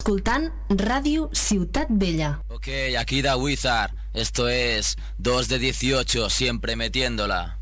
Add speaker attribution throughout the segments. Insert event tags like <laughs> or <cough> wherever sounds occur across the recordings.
Speaker 1: escoltant Ràdio Ciutat Vella.
Speaker 2: Ok, aquí da Wizard. Esto es 2 de 18, siempre metiéndola.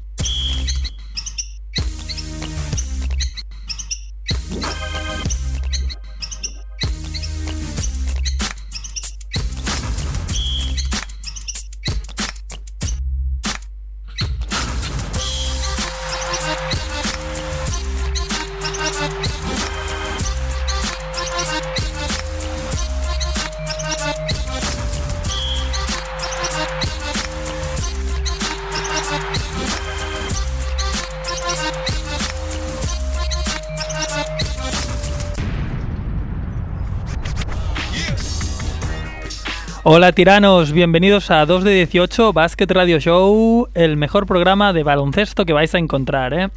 Speaker 3: Hola tiranos, bienvenidos a 2 de 18 Basket Radio Show, el mejor programa de baloncesto que vais a encontrar, ¿eh?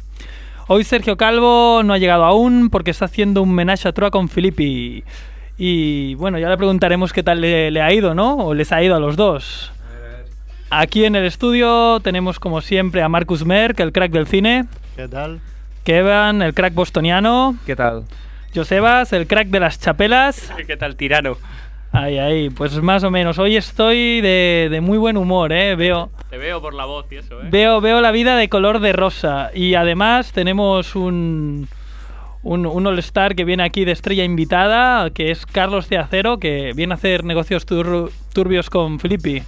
Speaker 3: Hoy Sergio Calvo no ha llegado aún porque está haciendo un menaje a Troa con Filippi. Y bueno, ya le preguntaremos qué tal le, le ha ido, ¿no? O les ha ido a los dos. Aquí en el estudio tenemos como siempre a Marcus Merck, el crack del cine,
Speaker 4: ¿Qué tal?
Speaker 3: Kevin, el crack bostoniano,
Speaker 5: ¿Qué tal?
Speaker 3: Josebas, el crack de las chapelas,
Speaker 6: ¿Qué tal, tirano?
Speaker 3: Ay, ay, pues más o menos. Hoy estoy de, de muy buen humor, ¿eh? Veo,
Speaker 6: Te veo por la voz y eso, ¿eh?
Speaker 3: veo, veo la vida de color de rosa. Y además tenemos un, un, un All-Star que viene aquí de estrella invitada, que es Carlos de Acero, que viene a hacer negocios tur- turbios con Filippi.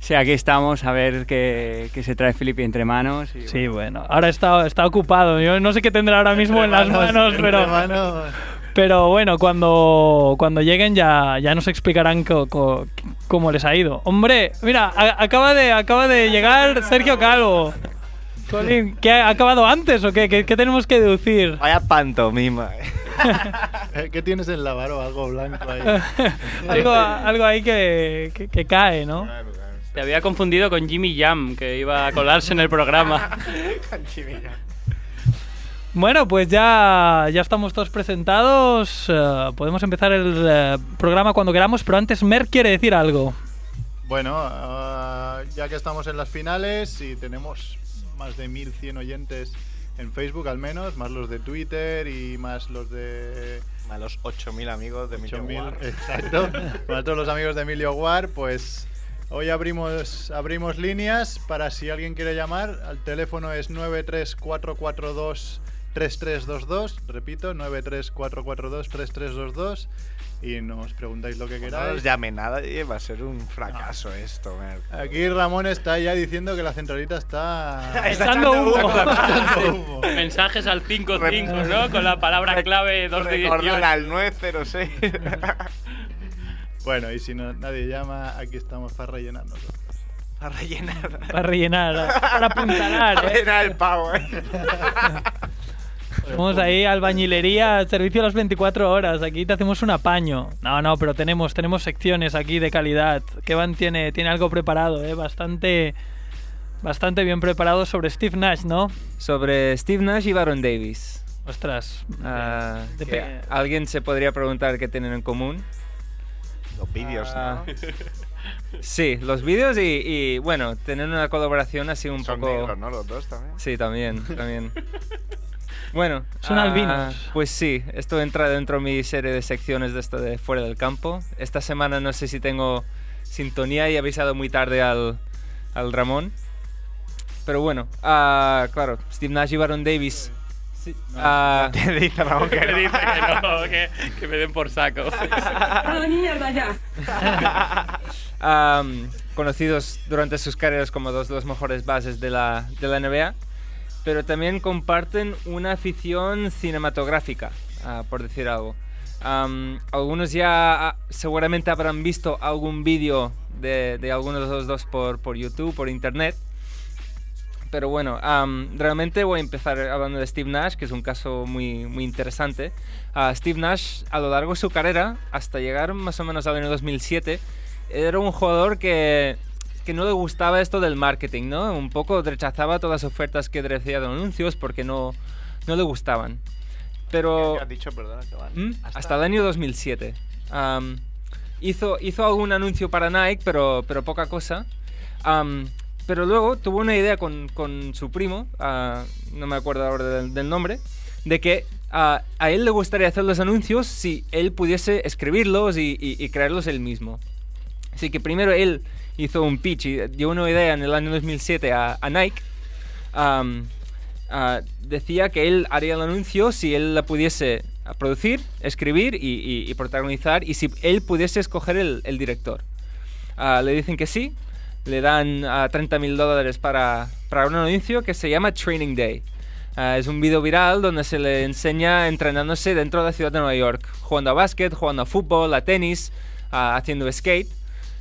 Speaker 5: Sí, aquí estamos a ver qué, qué se trae Felipe entre manos. y
Speaker 3: Sí, bueno, ahora está, está ocupado. Yo no sé qué tendrá ahora mismo en las manos, pero...
Speaker 4: Hermano,
Speaker 3: Pero bueno, cuando, cuando lleguen ya, ya nos explicarán co- co- cómo les ha ido. Hombre, mira, a- acaba, de, acaba de llegar Sergio Calvo. Colín, ¿qué ha acabado antes o qué? ¿Qué, qué tenemos que deducir? <laughs>
Speaker 7: Vaya pantomima.
Speaker 4: eh, ¿qué tienes en la vara o algo blanco
Speaker 7: <laughs>
Speaker 4: ahí?
Speaker 3: algo, algo ahí que, que- que cae, ¿no?
Speaker 6: Te había confundido con Jimmy Jam, que iba a colarse en el programa.
Speaker 3: Bueno, pues ya, ya estamos todos presentados. eh, podemos empezar el eh, programa cuando queramos, pero antes Mer quiere decir algo.
Speaker 4: Bueno, ah, ya que estamos en las finales y tenemos más de 1100 oyentes en Facebook al menos, más los de Twitter y más los de
Speaker 7: A los 8.000 amigos de Emilio
Speaker 4: 8000,
Speaker 7: Guar.
Speaker 4: <laughs>
Speaker 7: <laughs>
Speaker 4: exacto, más todos los amigos de Emilio War, pues hoy abrimos abrimos líneas para si alguien quiere llamar, el teléfono es 93442 3322, repito, 93442 3322 y nos preguntáis lo que Ah.
Speaker 7: Que No
Speaker 4: queráis.
Speaker 7: nos llame nada y va a ser un fracaso esto. Merck.
Speaker 4: Aquí Ramón está ya diciendo que la centralita
Speaker 8: <laughs>
Speaker 4: está.
Speaker 7: <laughs>
Speaker 4: <laughs>
Speaker 7: Está
Speaker 3: Echando
Speaker 7: echando
Speaker 3: humo.
Speaker 4: echando humo.
Speaker 6: Mensajes al 55, ¿no? Con la palabra clave 2 de
Speaker 7: Recordar
Speaker 6: 18.
Speaker 7: al 906.
Speaker 4: Bueno, y si no, nadie llama, aquí estamos para rellenarnos.
Speaker 7: <laughs> Para rellenar.
Speaker 3: Para rellenar, para apuntalar.
Speaker 7: Para
Speaker 8: <laughs>
Speaker 3: ¿eh?
Speaker 7: rellenar el pavo, eh.
Speaker 3: Somos ahí, albañilería, servicio a las 24 horas. Aquí te hacemos un apaño. No, no, pero tenemos, tenemos secciones aquí de calidad. Kevan tiene, tiene algo preparado, ¿eh? Bastante, bastante bien preparado sobre Steve Nash, ¿no?
Speaker 5: <laughs> Sobre Steve Nash y Baron Davis.
Speaker 3: Ostras.
Speaker 5: Ah,
Speaker 3: de-
Speaker 5: que
Speaker 3: de-
Speaker 5: alguien se podría preguntar qué tienen en común.
Speaker 7: Los vídeos,
Speaker 5: Ah,
Speaker 7: ¿no?
Speaker 5: sí, los vídeos y, y, bueno, tener una colaboración así un
Speaker 7: Son
Speaker 5: poco.
Speaker 7: negros, ¿no? Los dos también.
Speaker 5: Sí, también, también. Bueno,
Speaker 3: Son
Speaker 5: ah,
Speaker 3: albinos.
Speaker 5: Pues sí, esto entra dentro de mi serie de secciones de esto de fuera del campo. Esta semana no sé si tengo sintonía y he avisado muy tarde al, al Ramón. Pero bueno, ah, claro, Steve Nash y Baron Davis. Ah,
Speaker 7: <laughs> Te dice Ramón que
Speaker 6: Que
Speaker 7: no.
Speaker 6: dice
Speaker 7: <laughs>
Speaker 6: que no, que, que me den por saco.
Speaker 9: ¡A la mierda ya!
Speaker 5: am, ah, mm, conocidos durante sus carreras como dos de los mejores bases de la, de la NBA, pero también comparten una afición cinematográfica, ah, por decir algo. Am, algunos ya ah, seguramente habrán visto algún vídeo de, de algunos de los dos por, por YouTube, por internet. Pero bueno, am, realmente voy a empezar hablando de Steve Nash, que es un caso muy, muy interesante. Ah, Steve Nash, a lo largo de su carrera, hasta llegar más o menos al año 2007, era un jugador que, que no le gustaba esto del marketing, ¿no? Un poco rechazaba todas las ofertas que recibía de anuncios porque no, no le gustaban. Pero...
Speaker 7: ¿Qué has dicho? Perdona, que van.
Speaker 5: ¿Mm? Hasta, el año 2007. Am, hizo, hizo algún anuncio para Nike, pero, pero poca cosa. Am, pero luego tuvo una idea con, con su primo, ah, no me acuerdo ahora del, del nombre, de que ah, a él le gustaría hacer los anuncios si él pudiese escribirlos y, y- y crearlos él mismo. Así que primero él hizo un pitch y dio una idea en el año 2007 a, a Nike. Am, ah, decía que él haría el anuncio si él la pudiese ah, producir, escribir y, y- y protagonizar y si él pudiese escoger el, el director. Ah, le dicen que sí, le dan ah, 30 mil dólares para, para un anuncio que se llama Training Day. Ah, es un video viral donde se le enseña entrenándose dentro de la ciudad de Nueva York, jugando a básquet, jugando a fútbol, a tenis, ah, haciendo skate.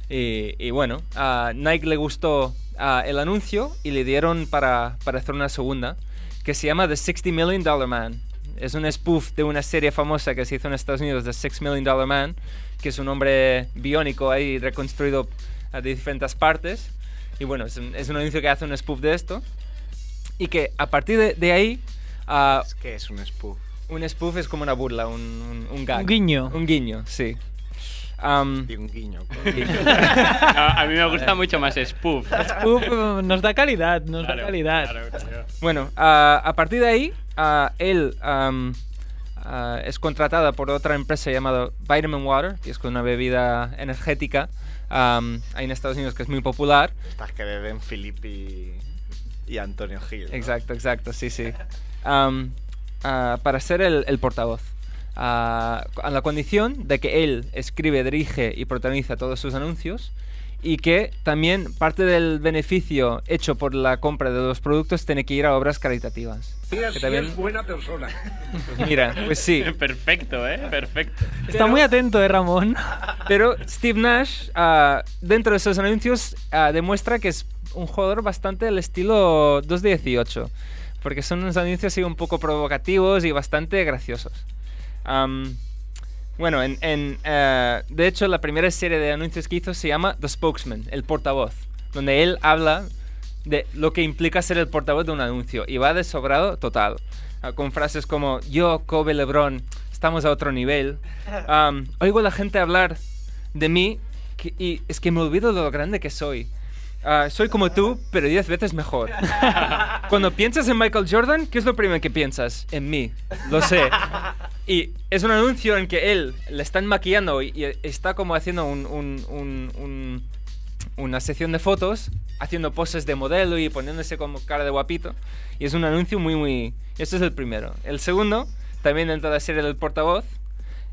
Speaker 5: Y, y bueno, a Nike le gustó ah, el anuncio y le dieron para, para hacer una segunda que se llama The 60 Million Dollar Man. Es un spoof de una serie famosa que se hizo en Estados Unidos, The 6 Million Dollar Man, que es un hombre biónico ahí reconstruido ah, de diferentes partes. Y bueno, es un, es un anuncio que hace un spoof de esto. Y que a partir de, de ahí, ah,
Speaker 7: Es que es un spoof.
Speaker 5: un spoof es como una burla, un, un- un gag.
Speaker 3: Un guiño.
Speaker 5: Un guiño, sí. Am,
Speaker 7: Y un guiño.
Speaker 6: <laughs> A, a mí me gusta mucho más Spoof.
Speaker 3: <laughs> Uf, nos da calidad, nos da
Speaker 6: Claro,
Speaker 3: calidad.
Speaker 6: claro, claro.
Speaker 5: Bueno, ah, a partir de ahí, ah, él am, ah, es contratada por otra empresa llamada Vitamin Water, que es una bebida energética am, ahí en Estados Unidos que es muy popular.
Speaker 7: Estas que beben Filipe y, y Antonio Gil. ¿no?
Speaker 5: Exacto, exacto, sí, sí. Am, ah, para ser el, el portavoz. Ah, a la condición de que él escribe, dirige y protagoniza todos sus anuncios y que también parte del beneficio hecho por la compra de los productos tiene que ir a obras caritativas. que también-
Speaker 10: buena persona.
Speaker 5: Mira, pues sí.
Speaker 6: <laughs> Perfecto, ¿eh? Perfecto.
Speaker 3: Está muy atento, eh, Ramón.
Speaker 5: Pero Steve Nash, ah, dentro de esos anuncios, ah, demuestra que es un jugador bastante al estilo 2 de 18. Porque son unos anuncios así un poco provocativos y bastante graciosos. Am, bueno, en, en, eh, de hecho, la primera serie de anuncios que hizo se llama The Spokesman, el portavoz, donde él habla de lo que implica ser el portavoz de un anuncio y va de sobrado total, ah, con frases como yo, Kobe, Lebron, estamos a otro nivel. Am, oigo a la gente hablar de mí que- y es que me olvido de lo grande que soy. Ah, soy como tú, pero 10 veces mejor. Cuando piensas en Michael Jordan, ¿qué es lo primero que piensas? En mí. Lo sé. Y es un anuncio en que él le están maquillando y, y está como haciendo un- un- un- un- una sección de fotos, haciendo poses de modelo y poniéndose como cara de guapito. Y es un anuncio muy, muy... Este es el primero. El segundo, también dentro de la serie del portavoz,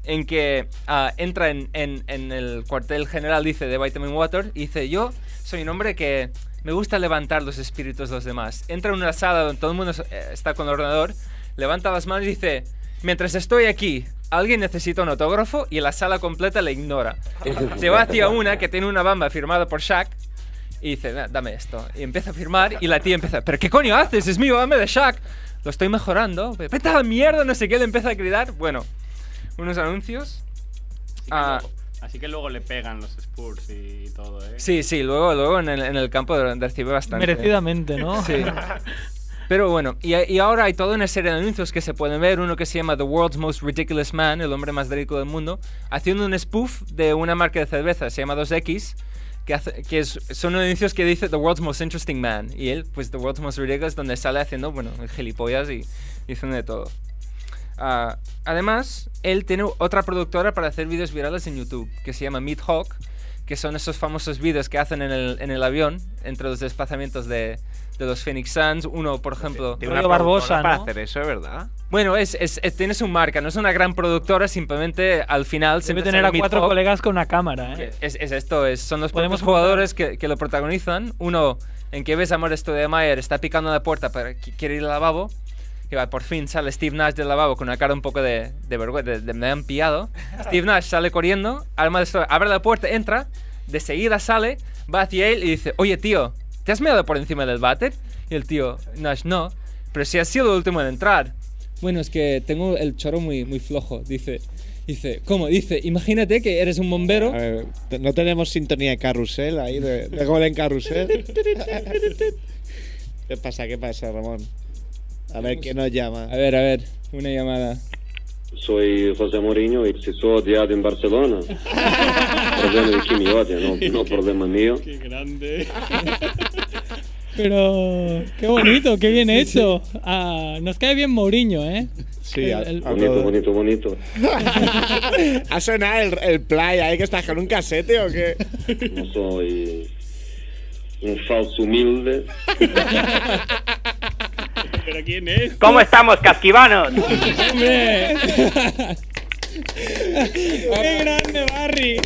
Speaker 5: en que ah, entra en, en- en el cuartel general, dice, de Vitamin Water, y dice, yo soy un hombre que me gusta levantar los espíritus de los demás. Entra en una sala donde todo el mundo eh, está con el ordenador, levanta las manos y dice, mientras estoy aquí, alguien necesita un autógrafo y la sala completa le ignora. Se va hacia una que tiene una bamba firmada por Shaq. Y dice, "Na, dame esto. Y empieza a firmar y la tía empieza, ¿pero qué coño haces? Es mío, dame de Shaq. Lo estoy mejorando. Vete a la mierda, no sé qué, le empieza a gritar. Bueno, unos anuncios.
Speaker 6: Así que,
Speaker 5: Ah.
Speaker 6: luego, así que luego le pegan los Spurs y todo, ¿eh?
Speaker 5: Sí, sí, luego, luego en, el, en el campo de- recibe bastante.
Speaker 3: Merecidamente, ¿no?
Speaker 5: Sí. Pero bueno, y, y ahora hay toda una serie de anuncios que se pueden ver. Uno que se llama The World's Most Ridiculous Man, el hombre más ridículo del mundo, haciendo un spoof de una marca de cerveza, se llama 2X, que, hace- que es- son anuncios que dice The World's Most Interesting Man. Y él, pues The World's Most Ridiculous, donde sale haciendo, bueno, gilipollas y diciendo de todo. Ah, además, él tiene otra productora para hacer vídeos virales en YouTube, que se llama Meat Hawk, que son esos famosos vídeos que hacen en el, en el avión, entre los desplazamientos de, de los Phoenix Suns. Uno, por ejemplo...
Speaker 7: Tiene
Speaker 3: Rollo
Speaker 7: una productora
Speaker 3: Barbosa,
Speaker 7: para
Speaker 3: ¿no?
Speaker 7: hacer eso, ¿verdad?
Speaker 5: Bueno, es, es, es- tiene su marca, no es una gran productora, simplemente al final...
Speaker 3: Debe
Speaker 5: siempre
Speaker 3: tener
Speaker 5: sale
Speaker 3: a
Speaker 5: Meat
Speaker 3: cuatro
Speaker 5: Hawk,
Speaker 3: colegas con una cámara,
Speaker 5: que
Speaker 3: ¿eh?
Speaker 5: Es, es esto, es- son los
Speaker 3: Podemos
Speaker 5: podemos jugadores que, que lo protagonizan. Uno, en que ves a Morris Mayer está picando la puerta para que quiere ir al lavabo. Y va, por fin sale Steve Nash del lavabo con una cara un poco de, de vergüenza, de, de me han pillado. Steve Nash sale corriendo, arma de esto- abre la puerta, entra, de seguida sale, va hacia él y dice, oye tío, ¿te has meado por encima del váter? Y el tío, Nash, no, pero si has sido el último en entrar. Bueno, es que tengo el chorro muy, muy flojo, dice. Dice, ¿cómo? Dice, imagínate que eres un bombero.
Speaker 8: A ver, te- no tenemos sintonía de carrusel ahí, de, de gol
Speaker 3: <laughs>
Speaker 8: en carrusel. ¿Qué pasa? ¿Qué pasa, Ramón? A ver, ¿quién nos llama?
Speaker 5: A ver, a ver, una llamada.
Speaker 11: Soy José Mourinho y si soy odiado en Barcelona, problema de quien me odia, no, no problema mío.
Speaker 6: Qué grande.
Speaker 3: Pero qué bonito, qué bien hecho. Ah, nos cae bien Mourinho, ¿eh?
Speaker 8: Sí, a-
Speaker 3: El- el-
Speaker 8: a
Speaker 11: Bonito,
Speaker 8: todo.
Speaker 11: bonito, bonito.
Speaker 8: ¿Ha sonado el, el play ahí que estás con un casete o qué?
Speaker 11: No soy un falso humilde.
Speaker 10: ¿Pero quién es?
Speaker 6: ¿Cómo
Speaker 8: <laughs>
Speaker 6: estamos, casquivanos?
Speaker 10: ¡Hombre! ¡Qué grande, Barry!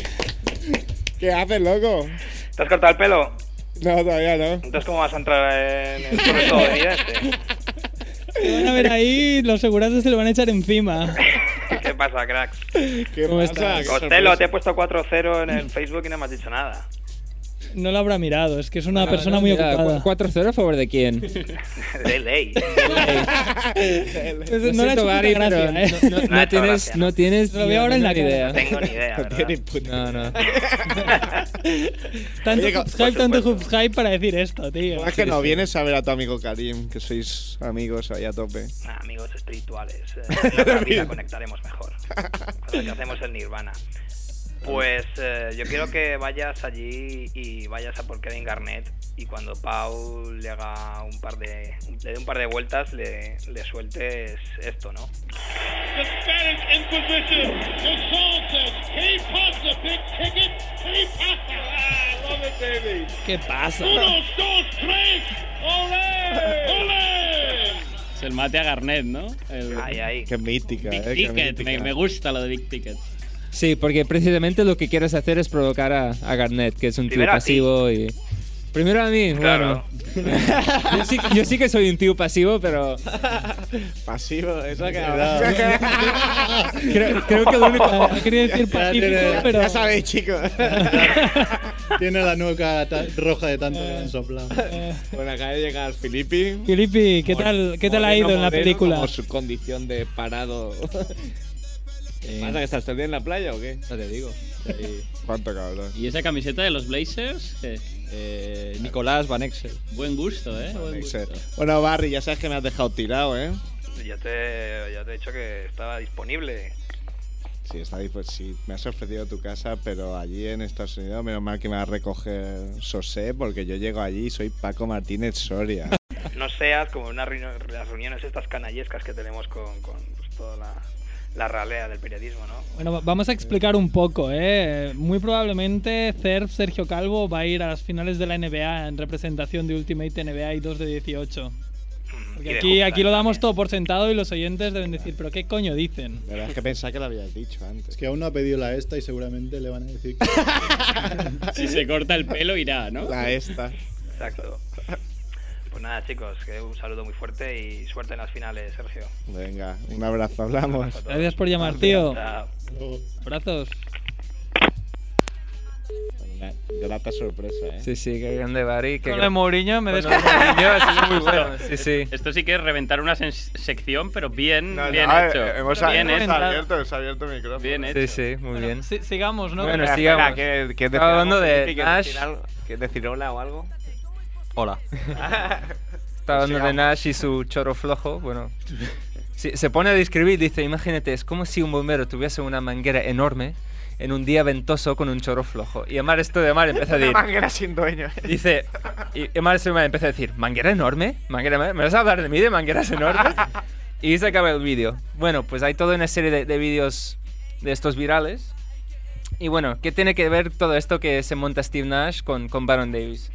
Speaker 8: ¿Qué haces, loco?
Speaker 12: ¿Te has cortado el pelo?
Speaker 8: No, todavía no.
Speaker 12: Entonces, ¿cómo vas a entrar en el proyecto de vida este?
Speaker 10: Te van a ver ahí, los segurados se lo van a echar encima.
Speaker 12: ¿Qué pasa, cracks?
Speaker 8: ¿Qué
Speaker 10: ¿Cómo
Speaker 8: pasa?
Speaker 10: estás?
Speaker 8: Qué
Speaker 12: Costello, te he
Speaker 8: sorpresa.
Speaker 12: puesto 4-0 en el Facebook y no me has dicho nada. <laughs>
Speaker 10: No lo habrá mirado, es que es una
Speaker 13: Ah,
Speaker 10: persona muy ocupada.
Speaker 13: 4-0 a favor de
Speaker 10: <laughs>
Speaker 13: quién.
Speaker 12: De ley.
Speaker 10: Pues no le ha hecho
Speaker 13: Gary,
Speaker 10: mucha
Speaker 13: pero
Speaker 10: gracia, ¿eh?
Speaker 13: no- no-
Speaker 10: No
Speaker 13: no
Speaker 10: ha hecho
Speaker 13: tienes,
Speaker 10: gracia,
Speaker 13: no tienes
Speaker 10: Lo veo
Speaker 13: ni la
Speaker 10: ahora en la
Speaker 13: menor
Speaker 10: cara.
Speaker 13: idea.
Speaker 10: No tengo ni idea,
Speaker 13: No tiene puta. <laughs> No, no.
Speaker 10: Tanto
Speaker 8: Oye, co-
Speaker 10: subscribe, tanto subscribe para decir esto, tío.
Speaker 8: Es que no vienes a ver a tu amigo Karim, que sois amigos ahí a tope.
Speaker 12: Nah, Ah, amigos espirituales,
Speaker 8: <laughs>
Speaker 12: eh, en otra vida conectaremos mejor. Cuando que hacemos el nirvana. Pues eh, yo quiero que vayas allí y vayas a por Kevin Garnett y cuando Pau le haga un par de le dé un par de vueltas le, le sueltes esto, ¿no?
Speaker 10: The Spanish Inquisition, the Salsas, he pops a big ticket, he pops a... I love it, baby. ¿Qué pasa?
Speaker 9: Uno,
Speaker 10: dos, tres, ole, ole.
Speaker 13: Es el mate a Garnet, ¿no? El...
Speaker 12: Ahí, ahí.
Speaker 8: Qué mítica,
Speaker 13: Big
Speaker 8: eh. qué
Speaker 13: ticket,
Speaker 8: mítica.
Speaker 13: me- me
Speaker 10: gusta lo de Big Ticket.
Speaker 5: Sí, porque precisamente lo que quieres hacer es provocar a, a Garnet, que es un tío
Speaker 13: Primero a ti.
Speaker 5: pasivo y... Primero a mí,
Speaker 13: Claro. <laughs>
Speaker 5: bueno. yo, sí, yo sí que soy un tío pasivo, pero
Speaker 8: Pasivo, eso ha
Speaker 5: quedado.
Speaker 8: Creo,
Speaker 5: creo que lo único-
Speaker 10: quería decir
Speaker 8: tiene-
Speaker 10: pacífico,
Speaker 5: <laughs>
Speaker 10: pero...
Speaker 8: ya sabéis,
Speaker 13: <laughs>
Speaker 8: chicos.
Speaker 4: Tiene la nuca ta- roja de tanto que le han soplado.
Speaker 8: Bueno, acaba de llegar Filippi.
Speaker 10: Filipi, ¿qué tal, ¿qué tal ha ido en la película?
Speaker 8: Por su condición de
Speaker 13: <laughs>
Speaker 8: parado.
Speaker 13: ¿Pasa
Speaker 8: que estás todo el día en la playa o qué?
Speaker 13: No Eh. te digo. Ahí.
Speaker 8: <laughs> ¿Cuánto cabrón?
Speaker 13: ¿Y esa camiseta de los Blazers? ¿Qué? Eh, Nicolás Van Exel. Buen gusto, ¿eh? Buen gusto.
Speaker 8: Bueno, Barry, ya sabes que me has dejado tirado, ¿eh?
Speaker 12: Ya te ya te he dicho que estaba disponible.
Speaker 8: Sí, está ahí, pues sí, me has ofrecido tu casa, pero allí en Estados Unidos, menos mal que me va a recoger Sosé, porque yo llego allí y soy Paco
Speaker 12: <laughs>
Speaker 8: Martínez Soria.
Speaker 12: No seas como unas reuni- las reuniones estas canallescas que tenemos con, con, pues, toda la, la ralea del periodismo, ¿no?
Speaker 10: Bueno, va- vamos a explicar un poco, ¿eh? Muy probablemente CERF Sergio Calvo va a ir a las finales de la NBA en representación de Ultimate NBA y 2 de 18.
Speaker 8: Y
Speaker 10: Porque
Speaker 8: de
Speaker 10: aquí,
Speaker 8: Hoopla
Speaker 10: aquí lo damos todo por sentado y los oyentes deben decir, ¿pero qué coño dicen?
Speaker 8: La verdad es que pensaba que lo habías dicho antes.
Speaker 4: Es que aún no ha pedido la esta y seguramente le van a decir que...
Speaker 13: Si se corta el pelo, irá, ¿no?
Speaker 8: La esta.
Speaker 12: Exacto. Pues nada, chicos, que un saludo muy fuerte y suerte en las finales, Sergio.
Speaker 8: Venga, un abrazo, hablamos.
Speaker 10: Gracias por llamar, tío.
Speaker 12: Chao.
Speaker 10: Abrazos.
Speaker 8: Grata sorpresa, ¿eh?
Speaker 5: Sí, sí, qué grande Barry. Qué
Speaker 3: Con
Speaker 5: gra-
Speaker 3: el Mourinho me
Speaker 5: Con
Speaker 3: descojo. <laughs>
Speaker 5: el Mourinho ha sido muy bueno. Sí, sí.
Speaker 6: Esto sí que es reventar una sen- sección, pero bien,
Speaker 7: No, no,
Speaker 6: bien
Speaker 7: ah,
Speaker 8: eh,
Speaker 6: hecho.
Speaker 7: Hemos,
Speaker 6: bien
Speaker 7: hemos
Speaker 6: hecho.
Speaker 7: abierto, hemos abierto el micrófono.
Speaker 6: Bien hecho.
Speaker 5: Sí, sí, muy bien.
Speaker 3: Sí, sigamos, ¿no?
Speaker 5: Bueno,
Speaker 7: Espera,
Speaker 5: sigamos.
Speaker 7: espera, ¿quieres- quieres decir
Speaker 5: Estaba hablando
Speaker 7: algo,
Speaker 5: de
Speaker 7: Felipe? ¿Quieres
Speaker 5: Nash.
Speaker 7: decir algo? ¿Quieres decir hola o algo? <laughs>
Speaker 5: Hola. Estaba hablando de Nash y su choro flojo. Bueno, Sí, se pone a describir, dice: Imagínate, es como si un bombero tuviese una manguera enorme en un día ventoso con un choro flojo. Y Amar, esto de Amar empieza a
Speaker 7: Una
Speaker 5: decir:
Speaker 7: manguera sin dueño.
Speaker 5: <laughs>
Speaker 7: <laughs>
Speaker 5: Dice, y Emma Silverman empieza a decir, ¿manguera enorme? ¿Manguera enorme? ¿Me vas a hablar de mí de mangueras enormes? y se acaba el vídeo. Bueno, pues hay toda una serie de, de vídeos de estos virales. Y bueno, ¿qué tiene que ver todo esto que se monta Steve Nash con, con Baron Davis?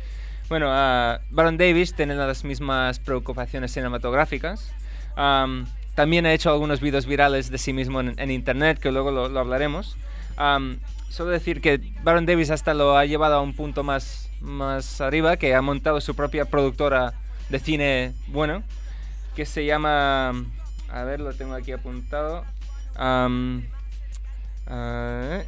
Speaker 5: Bueno, ah, Baron Davis tiene las mismas preocupaciones cinematográficas. Am, también ha hecho algunos vídeos virales de sí mismo en, en internet, que luego lo, lo hablaremos. Am, solo decir que Baron Davis hasta lo ha llevado a un punto más, más arriba, que ha montado su propia productora de cine bueno, que se llama... A ver, lo tengo aquí apuntado. Am, eh,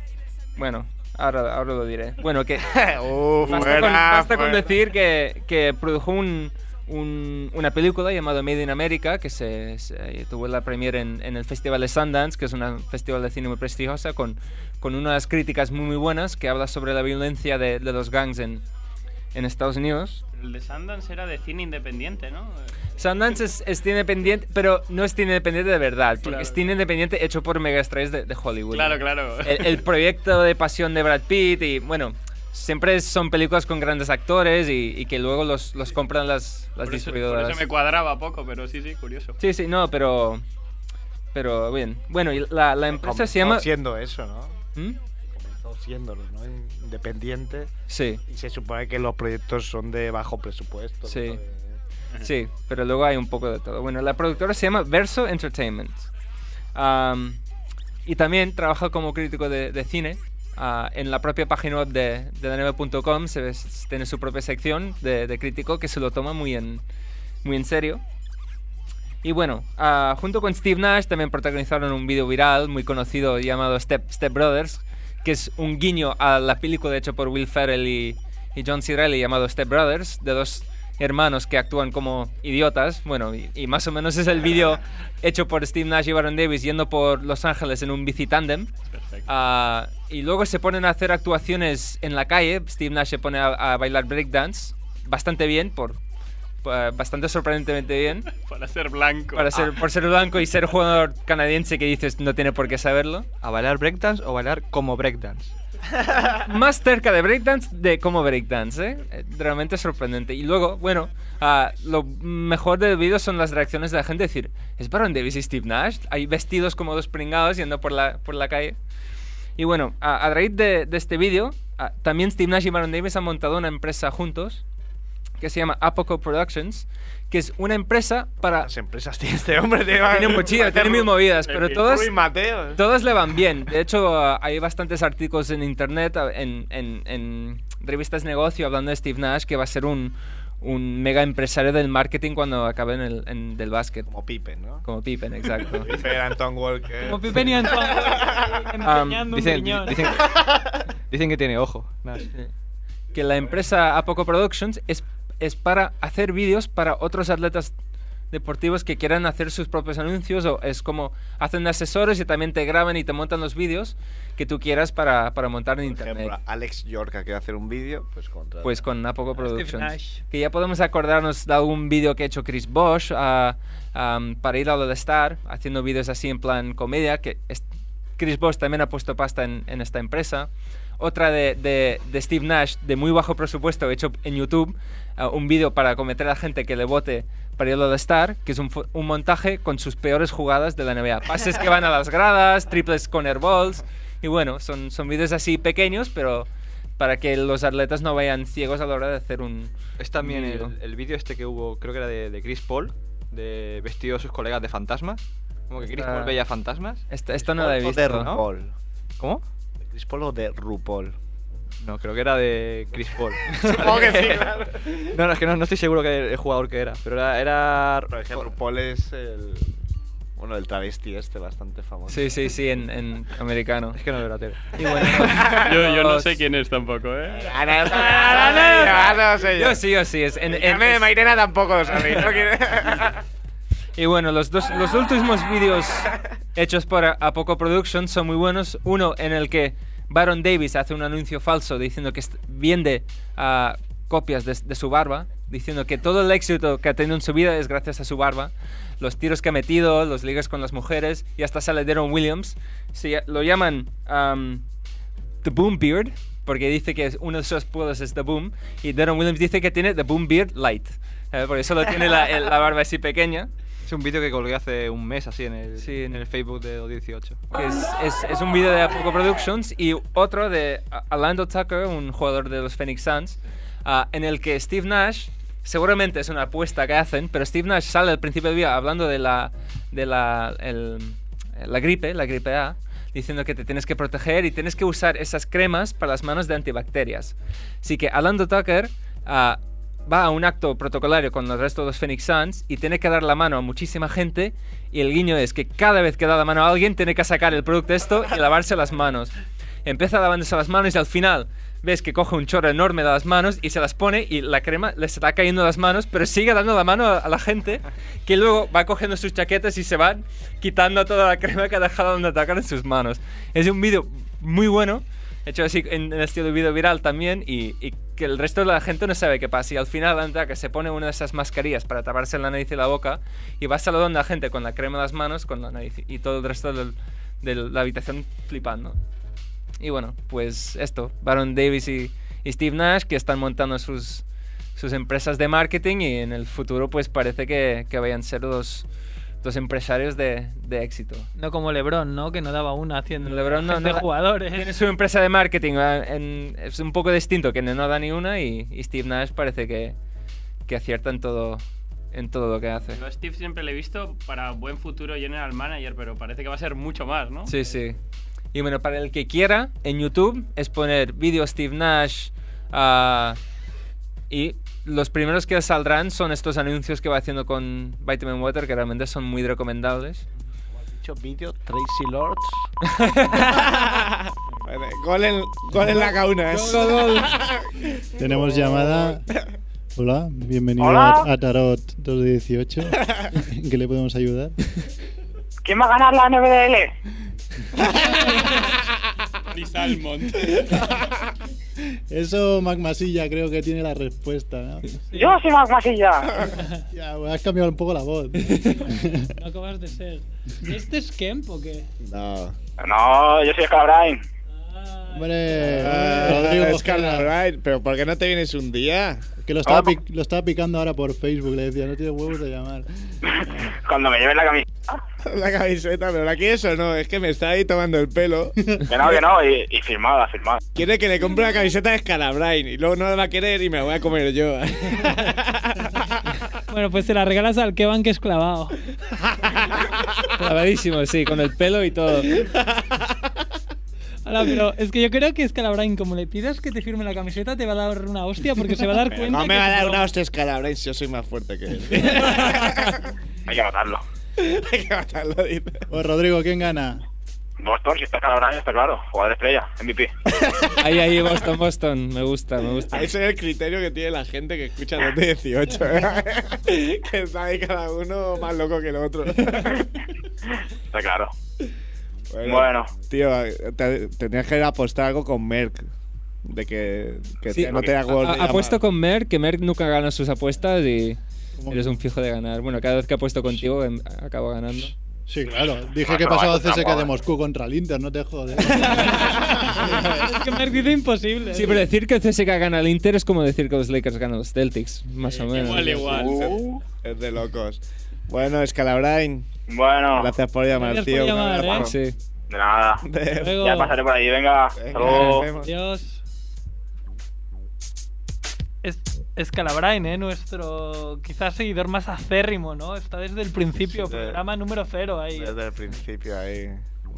Speaker 5: bueno, ahora, ahora lo diré. Bueno, que...
Speaker 7: Uh,
Speaker 5: Basta,
Speaker 7: fuera,
Speaker 5: con, basta con
Speaker 7: fuera.
Speaker 5: decir que, que produjo un- un- una película llamada Made in America que se, se- tuvo la premiere en, en el Festival de Sundance, que es un festival de cine muy prestigiosa, con, con unas críticas muy, muy buenas que habla sobre la violencia de, de los gangs en, en Estados Unidos.
Speaker 6: El de Sundance era de cine independiente, ¿no?
Speaker 5: Sundance es, es cine independiente, pero no es cine independiente de verdad, porque
Speaker 6: Claro.
Speaker 5: es cine independiente hecho por megaestrellas de, de Hollywood.
Speaker 6: Claro, claro.
Speaker 5: El, el proyecto de pasión de Brad Pitt y, bueno, siempre son películas con grandes actores y, y que luego los, los compran las, las
Speaker 6: Por eso, por
Speaker 5: distribuidoras.
Speaker 6: eso me cuadraba poco, pero sí, sí, curioso.
Speaker 5: Sí, sí, no, pero... pero bien. Bueno, y la, la empresa se llama...
Speaker 7: siendo eso, ¿no?
Speaker 5: ¿Mm?
Speaker 7: Comenzó siéndolo, ¿no? Independiente.
Speaker 5: Sí.
Speaker 7: Y se supone que los proyectos son de bajo presupuesto.
Speaker 5: Sí. Sí, pero luego hay un poco de todo. Bueno, la productora se llama Verso Entertainment. Am, y también trabaja como crítico de, de cine. Ah, en la propia página web de, de laneve.com se ve- s- tiene su propia sección de, de crítico que se lo toma muy en, muy en serio. Y bueno, ah, junto con Steve Nash también protagonizaron un video viral muy conocido llamado Step, Step Brothers, que es un guiño a la película hecha por Will Ferrell y, y John Cirelli llamado Step Brothers, de dos hermanos que actúan como idiotas. Bueno, y, y más o menos es el vídeo hecho por Steve Nash y Baron Davis yendo por Los Ángeles en un bici tándem. Ah, y luego se ponen a hacer actuaciones en la calle. Steve Nash se pone a, a bailar breakdance bastante bien, por, por- bastante sorprendentemente bien.
Speaker 6: Para ser blanco.
Speaker 5: Para ser,
Speaker 6: Ah.
Speaker 5: por ser blanco y ser jugador canadiense que dices no tiene por qué saberlo.
Speaker 14: ¿A bailar breakdance o bailar como breakdance?
Speaker 5: Más cerca de breakdance de como breakdance, ¿eh? Eh, Realmente sorprendente. Y luego, bueno, ah, lo mejor del vídeo son las reacciones de la gente. decir, ¿es Baron Davis y Steve Nash? Hay vestidos como dos pringados yendo por la, por la calle. Y bueno, a, a raíz de, de este vídeo, ah, también Steve Nash y Baron Davis han montado una empresa juntos que se llama Apoco Productions, que es una empresa para... Las
Speaker 7: empresas tiene este hombre, tío.
Speaker 5: Tiene muchillo, tiene mil movidas,
Speaker 7: El
Speaker 5: pero
Speaker 7: Pitbull
Speaker 5: todas...
Speaker 7: y Mateo.
Speaker 5: Todas le van bien. De hecho, ah, hay bastantes artículos en internet, ah, en, en- en revistas de negocio, hablando de Steve Nash, que va a ser un, un mega empresario del marketing cuando acabe en el en- del básquet. Como
Speaker 7: Pippen, ¿no?
Speaker 5: Como Pippen,
Speaker 8: <laughs>
Speaker 5: exacto.
Speaker 7: Pippen, Anton Walker.
Speaker 10: Como Pippen y
Speaker 14: <laughs>
Speaker 10: Antoine.
Speaker 5: Um,
Speaker 10: empeñando un
Speaker 5: dicen-
Speaker 10: riñón.
Speaker 3: <laughs>
Speaker 5: dicen-
Speaker 14: Dicen que tiene ojo.
Speaker 5: que la empresa Apoco Productions es, es para hacer vídeos para otros atletas deportivos que quieran hacer sus propios anuncios o es como hacen asesores y también te graban y te montan los vídeos que tú quieras para, para montar en internet.
Speaker 7: Alex Yorka quiere hacer un vídeo, pues
Speaker 8: ah,
Speaker 7: contra.
Speaker 5: Pues con Apoco
Speaker 7: Nash.
Speaker 5: Productions. Que ya podemos acordarnos de algún vídeo que ha hecho Chris Bosch ah, am, para ir a lo de Star, haciendo vídeos así en plan comedia, que es- Chris Bosch también ha puesto pasta en, en esta empresa. Otra de, de- de Steve Nash, de muy bajo presupuesto, hecho en YouTube, ah, un vídeo para cometer a la gente que le vote para ir a lo de Star, que es un, fo- un montaje con sus peores jugadas de la NBA. Pases que van a las gradas, triples con airballs, y bueno, son, son vídeos así pequeños, pero para que los atletas no vayan ciegos a la hora de hacer un.
Speaker 14: Es también
Speaker 5: un vídeo.
Speaker 14: el, el vídeo este que hubo, creo que era de, de Chris Paul, de vestido a sus colegas de fantasmas. Como que Chris
Speaker 5: Esta-
Speaker 14: Paul veía fantasmas.
Speaker 5: Esta- esta no la he
Speaker 14: Chris Paul
Speaker 5: visto,
Speaker 14: o
Speaker 5: ¿no?
Speaker 14: RuPaul. ¿Cómo?
Speaker 7: ¿De Chris Paul o de RuPaul?
Speaker 14: No, creo que era de Chris Paul.
Speaker 7: Supongo que
Speaker 5: <laughs>
Speaker 7: sí, claro.
Speaker 14: No, no, es que no, no estoy seguro que el jugador que era, pero era... era...
Speaker 7: Pero es que RuPaul es el. Bueno, el travesti este bastante famoso.
Speaker 5: Sí, sí, sí, en, en americano. Es
Speaker 14: que no veo la tele.
Speaker 5: Y bueno,
Speaker 6: <laughs> Yo, yo no
Speaker 5: los-
Speaker 6: sé quién es tampoco, ¿eh?
Speaker 7: Ana, Ana, Ana, Ana, no sé yo.
Speaker 5: Yo sí, yo sí. Es, en- en-
Speaker 7: Dame de
Speaker 5: es-
Speaker 7: Mairena tampoco lo sabéis, ¿no?
Speaker 5: Y bueno, los, dos, los últimos vídeos hechos por Apoco Productions son muy buenos. Uno en el que Baron Davis hace un anuncio falso diciendo que est- vende ah, copias de, de su barba, diciendo que todo el éxito que ha tenido en su vida es gracias a su barba. Los tiros que ha metido, los ligas con las mujeres y hasta sale Deron Williams. Se ll- lo llaman am, The Boom Beard, porque dice que es- uno de sus apodos es The Boom, y Darren Williams dice que tiene The Boom Beard Light, eh, porque solo tiene la, el- la barba así pequeña.
Speaker 14: Es un vídeo que colgué hace un mes así en el, en el Facebook de O18.
Speaker 5: que es, es- es un vídeo de Apoco Productions y otro de A- Alando Tucker, un jugador de los Phoenix Suns, ah, en el que Steve Nash, seguramente es una apuesta que hacen, pero Steve Nash sale al principio del vídeo hablando de la, de la, el- la gripe, la gripe A, diciendo que te tienes que proteger y tienes que usar esas cremas para las manos de antibacterias. Así que Alando Tucker... ah, va a un acto protocolario con el resto de los Phoenix Suns y tiene que dar la mano a muchísima gente y el guiño es que cada vez que da la mano a alguien tiene que sacar el producto esto y lavarse las manos. Empieza lavándose las manos y al final ves que coge un chorro enorme de las manos y se las pone y la crema le está cayendo de las manos pero sigue dando la mano a a la gente que luego va cogiendo sus chaquetas y se van quitando toda la crema que ha dejado de atacar en sus manos. Es un vídeo muy bueno hecho así en el estilo de video viral también y, y que el resto de la gente no sabe qué pasa. Y al final anda que se pone una de esas mascarillas para taparse la nariz y la boca y va saludando a la gente con la crema en las manos, con la nariz y todo el resto del- de la habitación flipando. Y bueno, pues esto, Baron Davis y, y Steve Nash que están montando sus, sus empresas de marketing y en el futuro pues parece que, que vayan a ser dos, los empresarios de, de éxito.
Speaker 3: No como LeBron, ¿no? Que no daba una haciendo
Speaker 5: LeBron no,
Speaker 3: de
Speaker 5: no da-
Speaker 3: jugadores.
Speaker 5: Tiene su empresa de marketing. ah, en- es un poco distinto, que no da ni una y, y Steve Nash parece que, que acierta en todo, en todo lo que hace.
Speaker 6: Yo a Steve siempre le he visto para buen futuro general manager, pero parece que va a ser mucho más, ¿no?
Speaker 5: Sí, sí. Y bueno, para el que quiera, en YouTube es poner vídeo Steve Nash ah, y los primeros que saldrán son estos anuncios que va haciendo con Vitamin Water, que realmente son muy recomendables.
Speaker 7: Dicho vídeo, Tracy Lords.
Speaker 8: Gol en, gol en la cauna, ¿eh?
Speaker 4: Tenemos llamada. Hola, bienvenido
Speaker 15: Hola.
Speaker 4: a- a Tarot 218. ¿En qué le podemos ayudar?
Speaker 15: ¿Quién va a ganar la NBDL?
Speaker 13: Ni Salmon.
Speaker 4: <laughs> Eso, Mac Masilla, creo que tiene la respuesta, ¿no?
Speaker 15: Yo soy Mac Masilla.
Speaker 4: <laughs> Ya, has cambiado un poco la
Speaker 8: <laughs>
Speaker 4: voz.
Speaker 10: No acabas de ser. ¿Este es Kemp o qué?
Speaker 4: No.
Speaker 15: No, yo soy Scalabrine.
Speaker 4: Hombre,
Speaker 8: Ah,
Speaker 4: Rodrigo
Speaker 8: es Carla Wright, pero ¿por qué no te vienes un día?
Speaker 4: Que lo estaba, pic- lo estaba picando ahora por Facebook, le decía, no tiene huevos de llamar.
Speaker 15: Cuando me lleves la camiseta.
Speaker 8: <laughs> La camiseta, pero ¿la quieres o no? Es que me está ahí tomando
Speaker 15: <laughs>
Speaker 8: el pelo.
Speaker 15: Que no, que no, y, y firmada, firmada.
Speaker 8: Quiere que le compre la camiseta de Scalabrine y luego no la va a querer y me la voy a
Speaker 15: <laughs>
Speaker 8: comer yo.
Speaker 10: Bueno, pues se la regalas al Kevan que es clavado.
Speaker 13: Clavadísimo, sí, con el pelo y todo.
Speaker 10: Ahora, pero es que yo creo que es Calabrain, como le pidas que te firme la camiseta, te va a dar una hostia porque se va a dar
Speaker 8: Pero
Speaker 10: cuenta.
Speaker 8: No me
Speaker 10: que
Speaker 8: va a dar
Speaker 10: no.
Speaker 8: una hostia Scalabrine si yo soy más fuerte que él.
Speaker 15: Hay que matarlo.
Speaker 8: Hay que matarlo, dice.
Speaker 4: Pues Rodrigo, ¿quién gana?
Speaker 15: Boston, si está Scalabrine, está claro. Jugador estrella, MVP.
Speaker 13: Ahí, ahí, Boston, Boston. Me gusta, me gusta.
Speaker 8: <laughs> Ese es el criterio que tiene la gente que escucha 218.
Speaker 15: <laughs>
Speaker 8: ¿eh? <laughs> que sabe cada uno más loco que el otro.
Speaker 15: Está claro. Bueno.
Speaker 8: Tío, te- tenías que apostar algo con Merck. De que, que
Speaker 13: Sí,
Speaker 8: no te da gol.
Speaker 13: a- a- Apuesto con Merck, que Merck nunca gana sus apuestas y eres un fijo de ganar. Bueno, cada vez que apuesto contigo em- acabo ganando.
Speaker 4: Sí, claro. Dije
Speaker 13: Ah,
Speaker 4: que
Speaker 13: pero
Speaker 4: pasaba
Speaker 13: va, está
Speaker 4: CSK
Speaker 13: guapa.
Speaker 4: de Moscú contra el Inter, no te <laughs>
Speaker 16: <laughs>
Speaker 4: jodes.
Speaker 10: <laughs>
Speaker 16: Eh,
Speaker 10: Es que me dice imposible.
Speaker 13: Sí, pero decir que el CSK gana el Inter es como decir que los Lakers ganan los Celtics, más o menos.
Speaker 8: Uh, <laughs> Es de locos. Bueno, Scalabrine.
Speaker 15: Bueno.
Speaker 8: Gracias por llamar,
Speaker 15: Gracias por
Speaker 8: tío.
Speaker 15: llamar,
Speaker 5: eh.
Speaker 8: Un abrazo.
Speaker 13: Sí.
Speaker 15: De nada.
Speaker 8: luego.
Speaker 15: Ya pasaré por ahí, venga.
Speaker 8: Venga,
Speaker 15: hasta luego.
Speaker 8: nos vemos.
Speaker 10: Dios.
Speaker 3: Es, es Calabrain, ¿eh? Nuestro quizás seguidor más acérrimo, ¿no? Está desde el principio,
Speaker 7: Sí, sí.
Speaker 3: programa número cero ahí.
Speaker 7: Desde el principio ahí.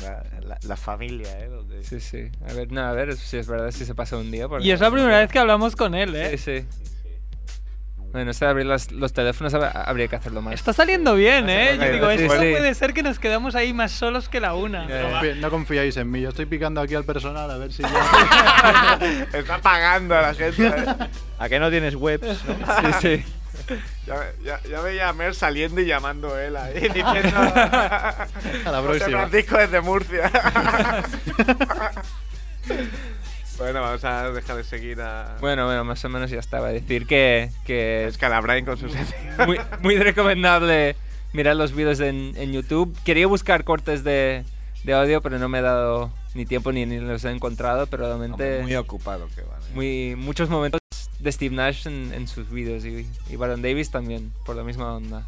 Speaker 7: La, la- la familia, ¿eh? Donde-
Speaker 5: Sí, sí. A ver, no, a ver si es verdad, si se pasa un día. porque-
Speaker 3: Y es la primera vez que hablamos con él, ¿eh?
Speaker 5: Sí, sí. Bueno, esto de abrir las- los teléfonos hab- habría que hacerlo más.
Speaker 3: Está saliendo bien, ¿eh?
Speaker 5: Sí,
Speaker 3: Yo digo,
Speaker 5: sí,
Speaker 3: esto
Speaker 5: sí.
Speaker 3: puede ser que nos quedamos ahí más solos que la una.
Speaker 4: No confie- No confiáis en mí, yo estoy picando aquí al personal a ver si ya...
Speaker 7: <laughs> Está pagando a la gente.
Speaker 14: ¿A qué no tienes webs? no?
Speaker 3: Ah,
Speaker 7: sí, sí. Ya, ya, ya veía a Mer saliendo y llamando él ahí, <laughs> diciendo. a
Speaker 4: la
Speaker 7: José
Speaker 4: próxima.
Speaker 7: Francisco desde Murcia. bueno, vamos a dejar de seguir a.
Speaker 5: Bueno, bueno, más o menos ya estaba. Decir que. que es
Speaker 7: Calabrain con sus.
Speaker 5: <laughs> muy, muy recomendable mirar los vídeos en, en YouTube. Quería buscar cortes de, de audio, pero no me he dado ni tiempo ni, ni los he encontrado. Pero realmente.
Speaker 7: Muy ocupado que ¿eh? van.
Speaker 5: muy- muchos momentos de Steve Nash en, en sus vídeos y, y Baron Davis también, por la misma onda.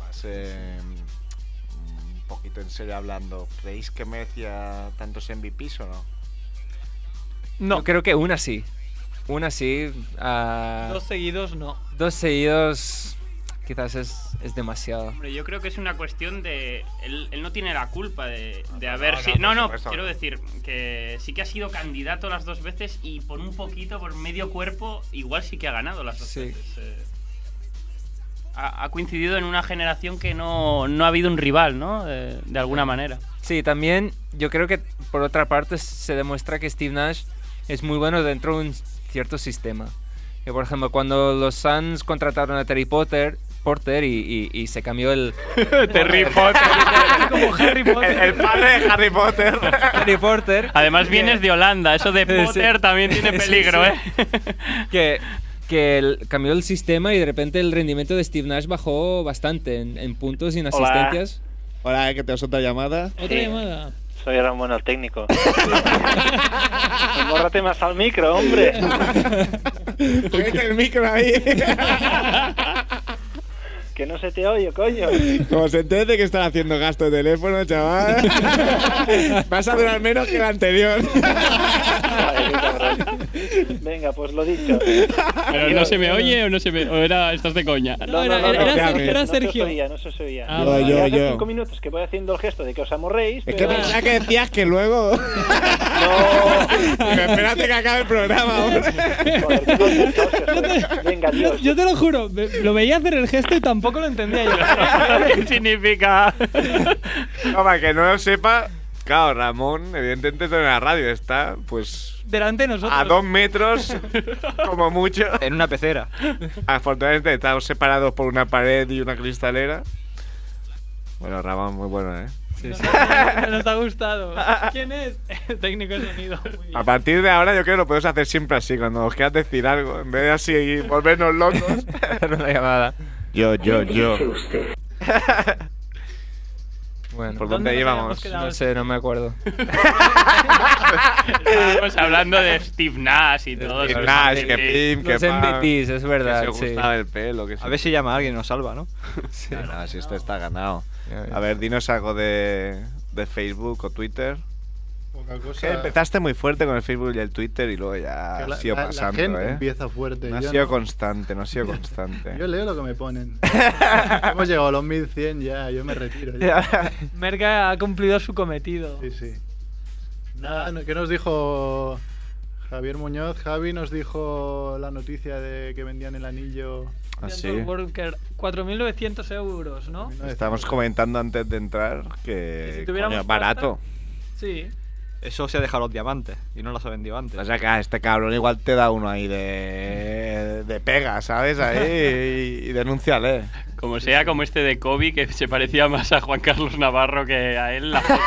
Speaker 7: Más, eh, mm, un poquito en serio hablando. ¿Creéis que merecía tantos MVPs o no?
Speaker 5: No. creo que una sí. Una sí. ah,
Speaker 3: Dos seguidos <laughs> no.
Speaker 5: dos seguidos quizás es, es demasiado.
Speaker 6: Hombre, yo creo que es una cuestión de. Él, él no tiene la culpa de, de
Speaker 5: no,
Speaker 6: haber
Speaker 5: no,
Speaker 6: si-
Speaker 5: por
Speaker 6: No, no,
Speaker 5: supuesto.
Speaker 6: quiero decir que sí que ha sido candidato las dos veces y por un poquito, por medio cuerpo, igual sí que ha ganado las dos veces. eh. Ha, ha coincidido en una generación que no, no ha habido un rival, ¿no? Eh, de alguna manera.
Speaker 5: Sí, también yo creo que por otra parte se demuestra que Steve Nash es muy bueno dentro de un cierto sistema. Que, por ejemplo, cuando los Suns contrataron a Terry Potter, Porter y, y- y se cambió el... <laughs>
Speaker 6: Terry Potter.
Speaker 5: Como Harry Potter. El,
Speaker 7: padre de Harry Potter. <laughs>
Speaker 5: Harry Potter.
Speaker 6: Además, vienes de Holanda, eso de
Speaker 5: Sí, sí.
Speaker 6: Potter también tiene
Speaker 5: Sí,
Speaker 6: peligro,
Speaker 5: sí.
Speaker 6: ¿eh?
Speaker 5: que, que el- cambió el sistema y de repente el rendimiento de Steve Nash bajó bastante en, en puntos y en
Speaker 17: Hola.
Speaker 18: <laughs>
Speaker 5: asistencias.
Speaker 8: Hola, que tenemos otra llamada.
Speaker 10: Otra llamada.
Speaker 17: Soy Ramón, el técnico. Bórrate más al micro, hombre.
Speaker 5: <laughs>
Speaker 8: Mete el micro ahí. Que no se te oye, coño.
Speaker 18: Como se entere de que están haciendo gasto de teléfono, chaval. Vas a durar menos que el anterior.
Speaker 8: <laughs> Venga, pues lo dicho.
Speaker 19: Pero no se me oye o no se me. O era, estás de coña.
Speaker 8: No, no, no, no, no, no se os oía, no se os oía. Hace
Speaker 18: yo, yo.
Speaker 8: cinco minutos que voy haciendo el gesto de que os amorréis.
Speaker 18: Es que
Speaker 8: pero-
Speaker 18: pensaba que decías que luego. Digo, espérate que acabe el programa,
Speaker 5: <laughs>
Speaker 8: Venga,
Speaker 3: <laughs> yo, yo te lo juro, me- lo veía hacer el gesto y tampoco lo entendía yo. <laughs>
Speaker 6: ¿Qué significa?
Speaker 16: No, para que no lo sepa, claro, Ramón, evidentemente está en la radio, está pues
Speaker 3: Delante de nosotros.
Speaker 16: a dos metros <laughs> como mucho. En una pecera. Afortunadamente estamos separados por una pared y una cristalera. Bueno, Ramón, muy bueno, ¿eh?
Speaker 3: Nos ha gustado. ¿Quién es? <laughs> El técnico de sonido.
Speaker 16: A partir de ahora yo creo que lo podemos hacer siempre así, cuando nos quieras decir algo, en vez de así y volvernos locos. hacer una llamada.
Speaker 18: <laughs> Yo, yo, yo.
Speaker 5: Bueno,
Speaker 16: ¿Por dónde, íbamos?
Speaker 5: No sé, no me acuerdo.
Speaker 6: Estábamos hablando de Steve Nash y todo eso.
Speaker 5: Los MVPs, es verdad.
Speaker 20: que se
Speaker 5: sí.
Speaker 20: gustaba el pelo, que
Speaker 5: sí.
Speaker 20: A ver si llama a alguien y nos salva, ¿no?
Speaker 16: Ah, no, si esto está ganado. A ver, dinos algo de, de Facebook o Twitter.
Speaker 4: Poca
Speaker 16: Que
Speaker 4: cosa.
Speaker 16: empezaste muy fuerte con el Facebook y el Twitter y luego ya
Speaker 4: Que
Speaker 16: ha
Speaker 4: la-
Speaker 16: sido
Speaker 4: la- la
Speaker 16: pasando,
Speaker 4: gente
Speaker 16: ¿eh? este.
Speaker 4: empieza fuerte,
Speaker 16: No ha
Speaker 4: yo
Speaker 16: sido
Speaker 4: no.
Speaker 16: constante, no ha sido constante.
Speaker 4: <laughs> Yo leo lo que me
Speaker 16: <laughs>
Speaker 4: ponen. Hemos llegado a los 1100 ya, yo me retiro. Ya.
Speaker 3: Merca ha cumplido su cometido.
Speaker 4: Sí, sí. Nada, no- ¿qué nos dijo Javier Muñoz? Javi nos dijo la noticia de que vendían el anillo.
Speaker 16: Ah, sí.
Speaker 3: Worker, 4.900 euros, ¿no?
Speaker 16: Estábamos comentando antes de entrar que,
Speaker 3: si tuviéramos
Speaker 16: coño, barato.
Speaker 3: Sí.
Speaker 20: Eso se ha dejado los diamantes y no los ha vendido antes.
Speaker 16: O sea que a este cabrón igual te da uno ahí de, de pega, ¿sabes? Ahí y, y denúnciale.
Speaker 6: Como sea, como este de Kobe, que se parecía más a Juan Carlos Navarro que a él. la foto.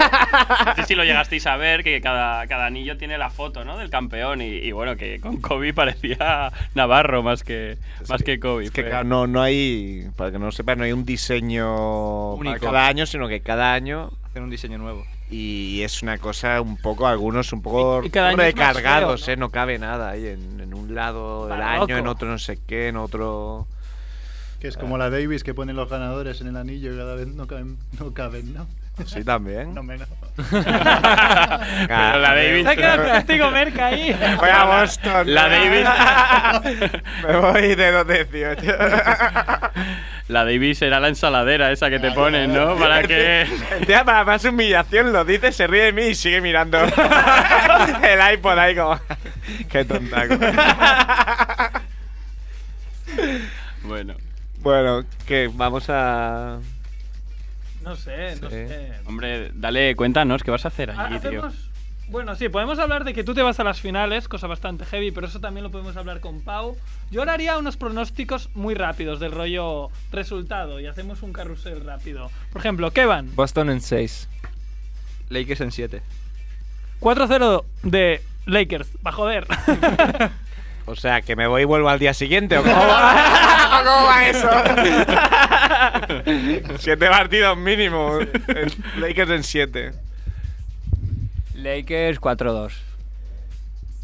Speaker 6: no sé si lo llegasteis a ver, que cada, cada anillo tiene la foto ¿no? del campeón. Y, y bueno, que con Kobe parecía Navarro más que, más que Kobe.
Speaker 16: Es que
Speaker 6: Fue-
Speaker 16: claro,
Speaker 6: <laughs>
Speaker 16: no, no hay, para que no lo sepas, no hay un diseño
Speaker 20: Único.
Speaker 16: para cada año, sino que cada año
Speaker 20: Hacen un diseño nuevo.
Speaker 16: y es una cosa un poco, algunos un poco
Speaker 20: Y- y cada año es más
Speaker 16: recargados,
Speaker 20: feo,
Speaker 16: ¿no? ¿eh? No cabe nada ahí en, en un lado del
Speaker 4: Para
Speaker 16: año,
Speaker 4: loco.
Speaker 16: en otro no sé qué, en otro...
Speaker 4: Que
Speaker 20: Eh.
Speaker 4: es como la Davis que ponen los ganadores en el anillo y cada vez no caben, no. Caben, ¿no?
Speaker 16: Sí, también.
Speaker 4: No menos.
Speaker 20: <laughs>
Speaker 16: Pero la Davis-
Speaker 6: <laughs>
Speaker 16: Se ha quedado
Speaker 3: castigo Merca ahí.
Speaker 16: Voy a Boston.
Speaker 6: La Davis.
Speaker 16: <laughs> Me voy de 218.
Speaker 6: La Davis era la ensaladera esa que te ponen, ¿no? Para que.
Speaker 16: Tía, para más humillación lo dice, se ríe de mí y sigue mirando <laughs> el iPod ahí como... <laughs> Qué tontaco.
Speaker 6: Bueno.
Speaker 16: Bueno, que vamos a...
Speaker 3: No sé, no sé. Ah,
Speaker 6: Hombre, dale, cuéntanos qué vas a hacer allí, tío.
Speaker 3: Hacemos- Bueno, sí, podemos hablar de que tú te vas a las finales, cosa bastante heavy, pero eso también lo podemos hablar con Pau. Yo ahora haría unos pronósticos muy rápidos del rollo resultado y hacemos un carrusel rápido. Por ejemplo, ¿qué van?
Speaker 5: Boston en 6.
Speaker 20: Lakers en 7.
Speaker 3: 4-0 de Lakers, va joder.
Speaker 16: O sea, que me voy y vuelvo al día siguiente, ¿o <laughs> cómo va?
Speaker 3: ¿Cómo
Speaker 16: va eso? <laughs> siete partidos mínimo. Lakers en siete.
Speaker 5: Lakers 4-2.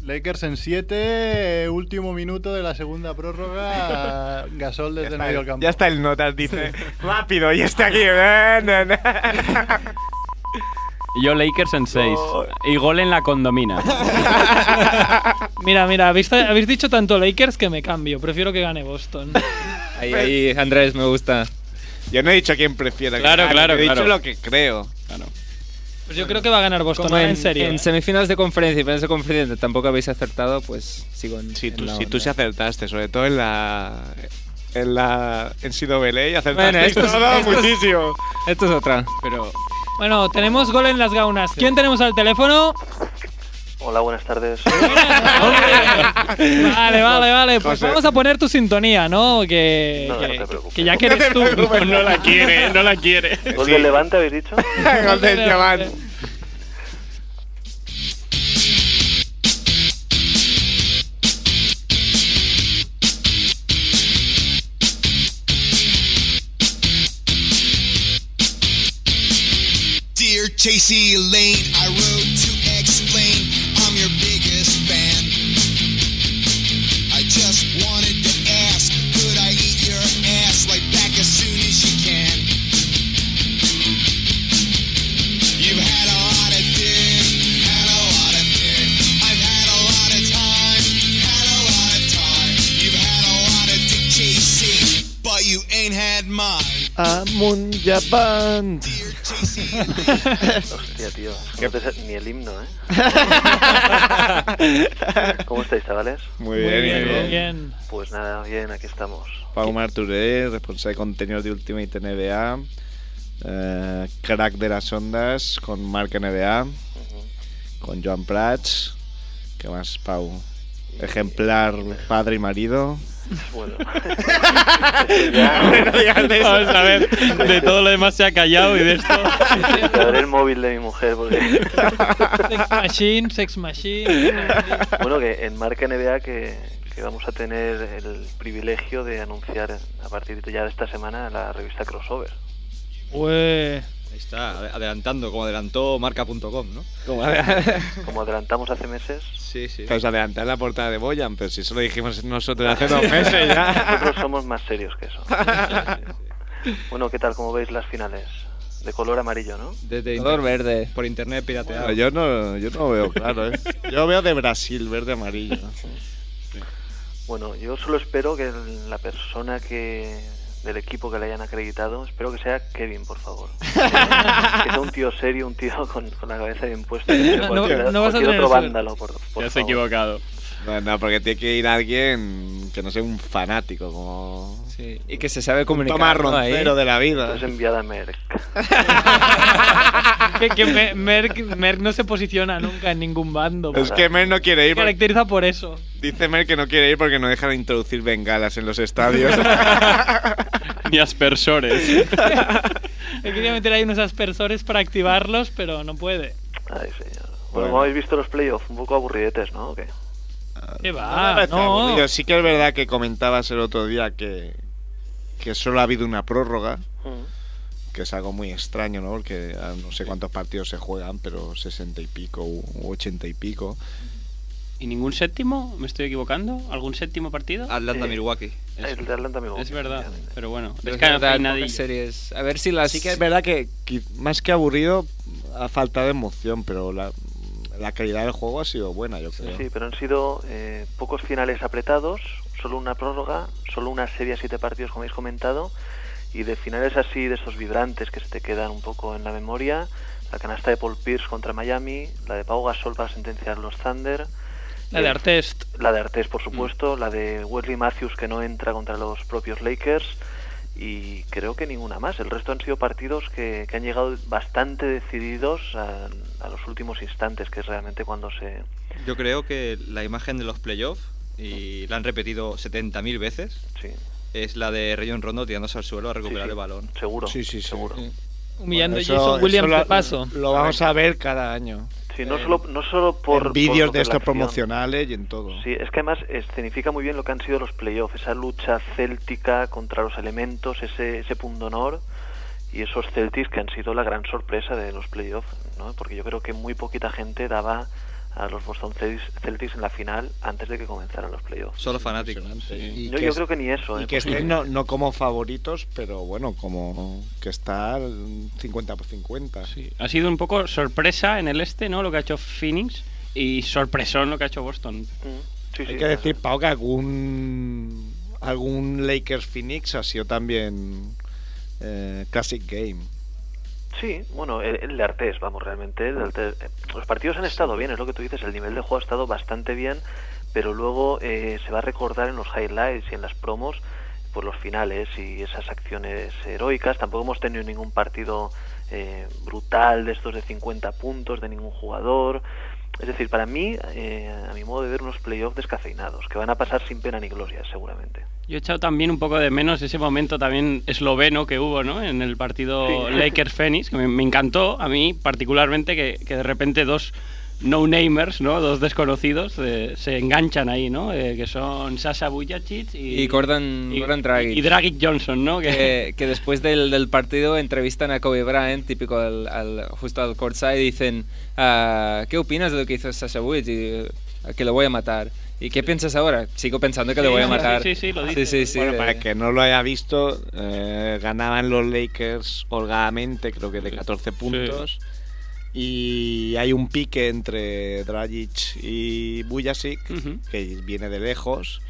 Speaker 4: Lakers en 7, último minuto de la segunda prórroga. Gasol desde el medio del campo.
Speaker 16: Ya está el notas, dice. Rápido, y este aquí. ven, ven, ven.
Speaker 6: Yo Lakers en 6. Y gol en la condomina.
Speaker 3: Mira, mira, habéis, habéis dicho tanto Lakers que me cambio, prefiero que gane Boston. Pues
Speaker 5: Ahí, ahí, Andrés, me gusta.
Speaker 16: Yo no he dicho quién prefiero.
Speaker 5: Claro,
Speaker 16: Ah,
Speaker 5: claro,
Speaker 16: He dicho
Speaker 5: claro.
Speaker 16: lo que creo.
Speaker 3: Pues yo creo que va a ganar Boston,
Speaker 5: Como
Speaker 3: ahora
Speaker 5: en,
Speaker 3: en, serio. ¿eh?
Speaker 5: en semifinales de conferencia y finales de conferencia tampoco habéis acertado, pues sigo en.
Speaker 16: Si tú,
Speaker 5: en la
Speaker 16: si
Speaker 5: onda.
Speaker 16: tú sí acertaste, sobre todo en la. En la. En NCAA acertaste
Speaker 5: Bueno, esto es-
Speaker 16: todo
Speaker 5: esto es-
Speaker 16: muchísimo.
Speaker 5: Esto es otra.
Speaker 6: Pero.
Speaker 3: Bueno, tenemos gol en las gaunas. ¿Quién tenemos al teléfono?
Speaker 17: Hola,
Speaker 10: <laughs>
Speaker 17: buenas tardes.
Speaker 3: Vale, vale, vale. Pues
Speaker 17: José.
Speaker 3: vamos a poner tu sintonía, ¿no? Que,
Speaker 17: No, no
Speaker 3: que,
Speaker 17: te preocupes.
Speaker 3: que ya que eres tú.
Speaker 6: No la quiere, no la quiere.
Speaker 17: ¿Gol del Levante habéis
Speaker 14: <laughs>
Speaker 17: dicho?
Speaker 16: <laughs> Gol del Levante.
Speaker 7: Dear Chasey Lane, I wrote to explain I'm your biggest fan. I just wanted to ask, could I eat your ass like back as soon
Speaker 17: Amun Japan. Hostia, tío. No te sé ni el himno, ¿eh?
Speaker 14: Pues
Speaker 17: ¿Cómo estáis, chavales?
Speaker 8: Muy bien, muy bien.
Speaker 17: ¿eh? Pues nada, bien, aquí estamos.
Speaker 8: Pau Marturé, responsable de contenidos de Ultimate NBA, eh, crack de las ondas con Marc NBA, con Joan Prats. ¿Qué más, Pau? Ejemplar padre y marido.
Speaker 14: <laughs>
Speaker 17: Bueno. <laughs>
Speaker 21: Vamos a ver, de todo lo demás se ha callado y de esto.
Speaker 17: Te Abrí el móvil de mi mujer porque... <laughs>
Speaker 10: Sex Machine, Sex Machine.
Speaker 17: Bueno, que en Marca NBA que, que vamos a tener el privilegio de anunciar a partir de ya de esta semana la revista Crossover.
Speaker 14: Ahí está, ade- adelantando, como adelantó marca.com, ¿no?
Speaker 17: Como, adelantamos hace meses.
Speaker 14: Sí, sí.
Speaker 16: Pues adelantar la portada de Boyan, pero si eso lo dijimos nosotros hace dos meses ya.
Speaker 17: Nosotros somos más serios que eso. Bueno, ¿qué tal? ¿Cómo veis las finales? De color amarillo, ¿no?
Speaker 14: Desde
Speaker 17: Color
Speaker 14: verde. Por internet pirateado.
Speaker 8: Bueno, yo, no, yo no veo claro, ¿eh? <laughs> Yo veo de Brasil, verde-amarillo.
Speaker 17: Bueno, yo solo espero que el- la persona que del equipo que le hayan acreditado, espero que sea Kevin,
Speaker 10: <laughs>
Speaker 17: por favor. que sea un tío serio, un tío con, con la cabeza bien puesta. que sea
Speaker 10: No-
Speaker 17: cualquier-
Speaker 10: no vas a
Speaker 17: cualquier
Speaker 10: tener
Speaker 17: otro
Speaker 10: suerte.
Speaker 17: vándalo, por, por
Speaker 8: has
Speaker 17: favor.
Speaker 8: equivocado. No, no, porque tiene que ir alguien que no sea un fanático, como.
Speaker 5: Sí, y que se sabe
Speaker 8: comunicar.
Speaker 5: comunicar,
Speaker 8: Tomás
Speaker 5: ¿no? Ahí.
Speaker 8: Roncero de la vida.
Speaker 17: Entonces enviada a Merck.
Speaker 10: que que Me- Merck, Merck no se posiciona nunca en ningún bando.
Speaker 8: Es que Mer no quiere
Speaker 10: Se
Speaker 8: ir. porque-
Speaker 10: caracteriza por eso.
Speaker 8: Dice Mer que no quiere ir porque no dejan de introducir bengalas en los estadios.
Speaker 21: Ni aspersores.
Speaker 10: Le quería meter ahí unos aspersores para activarlos, pero no puede.
Speaker 17: Ay, señor. Bueno, como habéis visto los playoffs, un poco aburridetes, ¿no? ¿O qué?
Speaker 10: ¿Qué
Speaker 8: Me
Speaker 10: va?
Speaker 3: Ah,
Speaker 8: parece
Speaker 10: No.
Speaker 8: aburrido. Sí que es verdad que comentabas el otro día que, que solo ha habido una prórroga,
Speaker 10: Mm.
Speaker 8: que es algo muy extraño, ¿no? Porque ah, no sé cuántos partidos se juegan, pero 60 y pico u 80 y pico.
Speaker 6: ¿Y ningún séptimo? ¿Me estoy equivocando? ¿Algún séptimo partido?
Speaker 14: Atlanta-Milwaukee.
Speaker 17: El de Atlanta-Milwaukee.
Speaker 6: Es verdad, pero bueno.
Speaker 14: Pero
Speaker 6: Es
Speaker 14: es
Speaker 6: que no
Speaker 14: verdad,
Speaker 6: hay nadie.
Speaker 14: pocas series. A ver si las...
Speaker 8: Sí que es verdad que, que más que aburrido ha faltado emoción, pero la, la calidad del juego ha sido buena, yo creo.
Speaker 17: Sí, pero han sido eh, pocos finales apretados, solo una prórroga, solo una serie a siete partidos, como habéis comentado, y de finales así, de esos vibrantes que se te quedan un poco en la memoria, la canasta de Paul Pierce contra Miami, la de Pau Gasol para sentenciar los Thunder, eh,
Speaker 10: La de Artest. Mm.
Speaker 17: la de Artés, por supuesto, la de Wesley Matthews que no entra contra los propios Lakers, y creo que ninguna más. El resto han sido partidos que, que han llegado bastante decididos a, a los últimos instantes, que es realmente cuando se...
Speaker 14: Yo creo que la imagen de los playoffs, y la han repetido 70.000 veces,
Speaker 17: Sí.
Speaker 14: es la de Rayon Rondo tirándose al suelo a recuperar
Speaker 17: sí,
Speaker 14: el balón.
Speaker 17: Seguro.
Speaker 8: Sí, sí, sí.
Speaker 10: Humillando
Speaker 8: Bueno,
Speaker 10: a
Speaker 8: eso-
Speaker 10: Jason Williams
Speaker 8: eso
Speaker 10: de paso.
Speaker 8: Lo vamos a ver cada año.
Speaker 17: Sí,
Speaker 14: Eh,
Speaker 17: no solo, no solo por...
Speaker 8: en vídeos
Speaker 17: por
Speaker 8: de estos
Speaker 17: la acción.
Speaker 8: promocionales y en todo.
Speaker 17: Sí, es que además escenifica muy bien lo que han sido los playoffs, esa lucha céltica contra los elementos, ese, ese pundonor y esos Celtics que han sido la gran sorpresa de los playoffs, ¿no? porque yo creo que muy poquita gente daba a los Boston Celtics Celtics en la final antes de que comenzaran los playoffs.
Speaker 14: Solo fanáticos.
Speaker 8: Y
Speaker 17: Yo- yo creo que ni eso,
Speaker 8: Y
Speaker 17: eh,
Speaker 8: que
Speaker 17: porque-
Speaker 8: estén no, no como favoritos, pero bueno, como que está al 50 por 50.
Speaker 6: Ha sido un poco sorpresa en el este, ¿no? Lo que ha hecho Phoenix y sorpresón lo que ha hecho Boston.
Speaker 17: Mm,
Speaker 8: Hay que decir, Pau, que algún, algún Lakers Phoenix ha sido también eh, Classic Game.
Speaker 17: Sí, bueno, el, el de Artés, vamos, realmente. el de Artés. eh, Los partidos han estado bien, es lo que tú dices, el nivel de juego ha estado bastante bien, pero luego eh, se va a recordar en los highlights y en las promos por los finales y esas acciones heroicas. Tampoco hemos tenido ningún partido eh, brutal de estos de 50 puntos de ningún jugador. Es decir, para mí, eh, a mi modo de ver, unos playoffs descafeinados, que van a pasar sin pena ni gloria, seguramente.
Speaker 6: Yo he echado también un poco de menos ese momento también esloveno que hubo, ¿no? En el partido
Speaker 17: Sí.
Speaker 6: Lakers-Phoenix, que me, me encantó a mí particularmente que, que de repente dos no-namers, ¿no? Dos desconocidos eh, se enganchan ahí, ¿no? Eh, que son Sasha Vujacic y...
Speaker 5: Y Gordon,
Speaker 6: y-
Speaker 5: Gordon Dragic.
Speaker 6: y Dragic Johnson, ¿no? <laughs>
Speaker 5: Que, que después del, del partido entrevistan a Kobe Bryant, típico al, al- justo al courtside, y dicen, ah, ¿qué opinas de lo que hizo Sasha Woods? Y, "Ah, que lo voy a matar. ¿Y qué piensas ahora? Sigo pensando que lo
Speaker 6: Sí,
Speaker 5: voy a
Speaker 6: sí,
Speaker 5: matar.
Speaker 6: sí, sí, lo
Speaker 5: Sí,
Speaker 6: dice.
Speaker 5: sí, sí,
Speaker 6: Bueno,
Speaker 5: de-
Speaker 8: Para el que no lo haya visto, eh, ganaban los Lakers holgadamente, creo que de 14 puntos. Y hay un pique
Speaker 5: Mm.
Speaker 8: entre Dragic y Bujasic, que viene de lejos.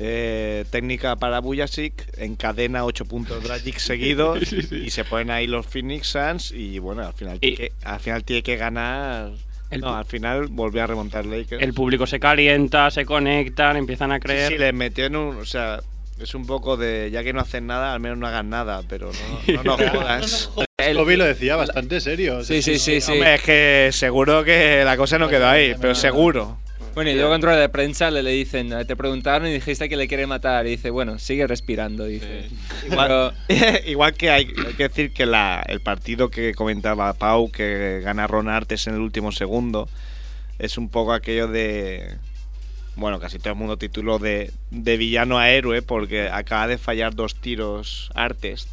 Speaker 8: eh, técnica para Bujasic, encadena 8
Speaker 5: <laughs>
Speaker 8: puntos Dragic seguidos y se ponen ahí los Phoenix Suns y bueno, al final, tiene que- al final tiene que ganar. no, al final volvió a remontar Lakers.
Speaker 6: <laughs> El público se calienta, se conectan, empiezan a creer.
Speaker 8: Eh, Sí, sí, les metió en un. O sea, es un poco de. Ya que no hacen nada, al menos no hagan nada, pero no, no, nos jodas.
Speaker 4: Scobie lo decía bastante serio.
Speaker 8: Sí, sí, sí, sí.
Speaker 4: Hombre,
Speaker 8: es que seguro que la cosa no quedó ahí, pero seguro.
Speaker 13: Bueno, y luego en rueda de prensa le, le dicen, eh, te preguntaron y dijiste que le quiere matar. Y dice, bueno, sigue respirando. Dice.
Speaker 8: Igual, <laughs> igual que hay, hay que decir que la, el partido que comentaba Pau, que gana Ron Artes en el último segundo, es un poco aquello de. Bueno, casi todo el mundo tituló de, de villano a héroe porque acaba de fallar dos tiros Artes.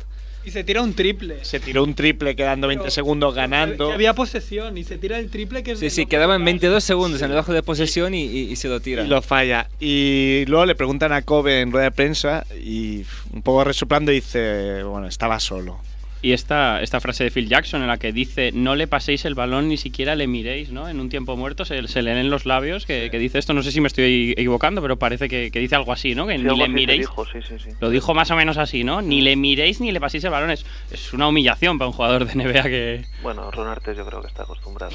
Speaker 10: Y se tira un triple.
Speaker 8: Se tiró un triple quedando 20 segundos ganando.
Speaker 10: Que había posesión y se tira el triple que es
Speaker 13: Sí, sí, quedaban 22 segundos en el bajo de posesión y, y- y se lo tira.
Speaker 8: Y lo falla. Y luego le preguntan a Kobe en rueda de prensa y un poco resoplando dice, bueno, estaba solo.
Speaker 6: Y esta, esta frase de Phil Jackson en la que dice no le paséis el balón ni siquiera le miréis, ¿no? En un tiempo muerto se, se leen los labios que, que dice esto, no sé si me estoy equivocando, pero parece que, que dice algo así, ¿no? Que ni
Speaker 17: algo
Speaker 6: le
Speaker 17: así se
Speaker 6: miréis.
Speaker 17: dijo, sí, sí, sí.
Speaker 6: Lo dijo más o menos así, ¿no? Ni le miréis ni le paséis el balón. Es, es una humillación para un jugador de NBA que...
Speaker 17: Bueno, Ron Artes yo creo que está acostumbrado.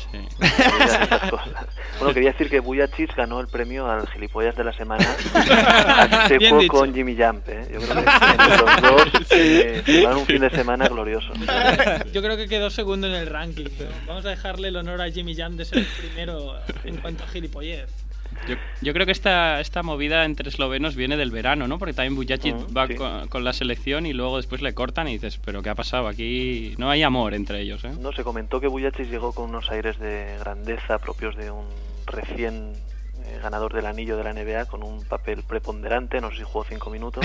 Speaker 17: Esas cosas. <laughs> Bueno, quería decir que Bujachis ganó el premio al gilipollas de
Speaker 22: <laughs>
Speaker 17: la semana hace
Speaker 22: Bien
Speaker 17: poco
Speaker 22: dicho.
Speaker 17: con Jimmy Jump. ¿eh? Yo creo que los dos eh, se van un fin de semana glorioso.
Speaker 10: Yo creo que quedó segundo en el ranking. ¿no? Vamos a dejarle el honor a Jimmy Jam de ser el primero en cuanto a gilipollez.
Speaker 6: Yo, yo creo que esta, esta movida entre eslovenos viene del verano, ¿no? Porque también Bujacic
Speaker 17: Ah,
Speaker 6: va con, con la selección y luego después le cortan y dices, pero ¿qué ha pasado? Aquí no hay amor entre ellos, ¿eh?
Speaker 17: No, se comentó que Bujachis llegó con unos aires de grandeza propios de un recién eh, ganador del anillo de la NBA con un papel preponderante, no sé si jugó cinco minutos,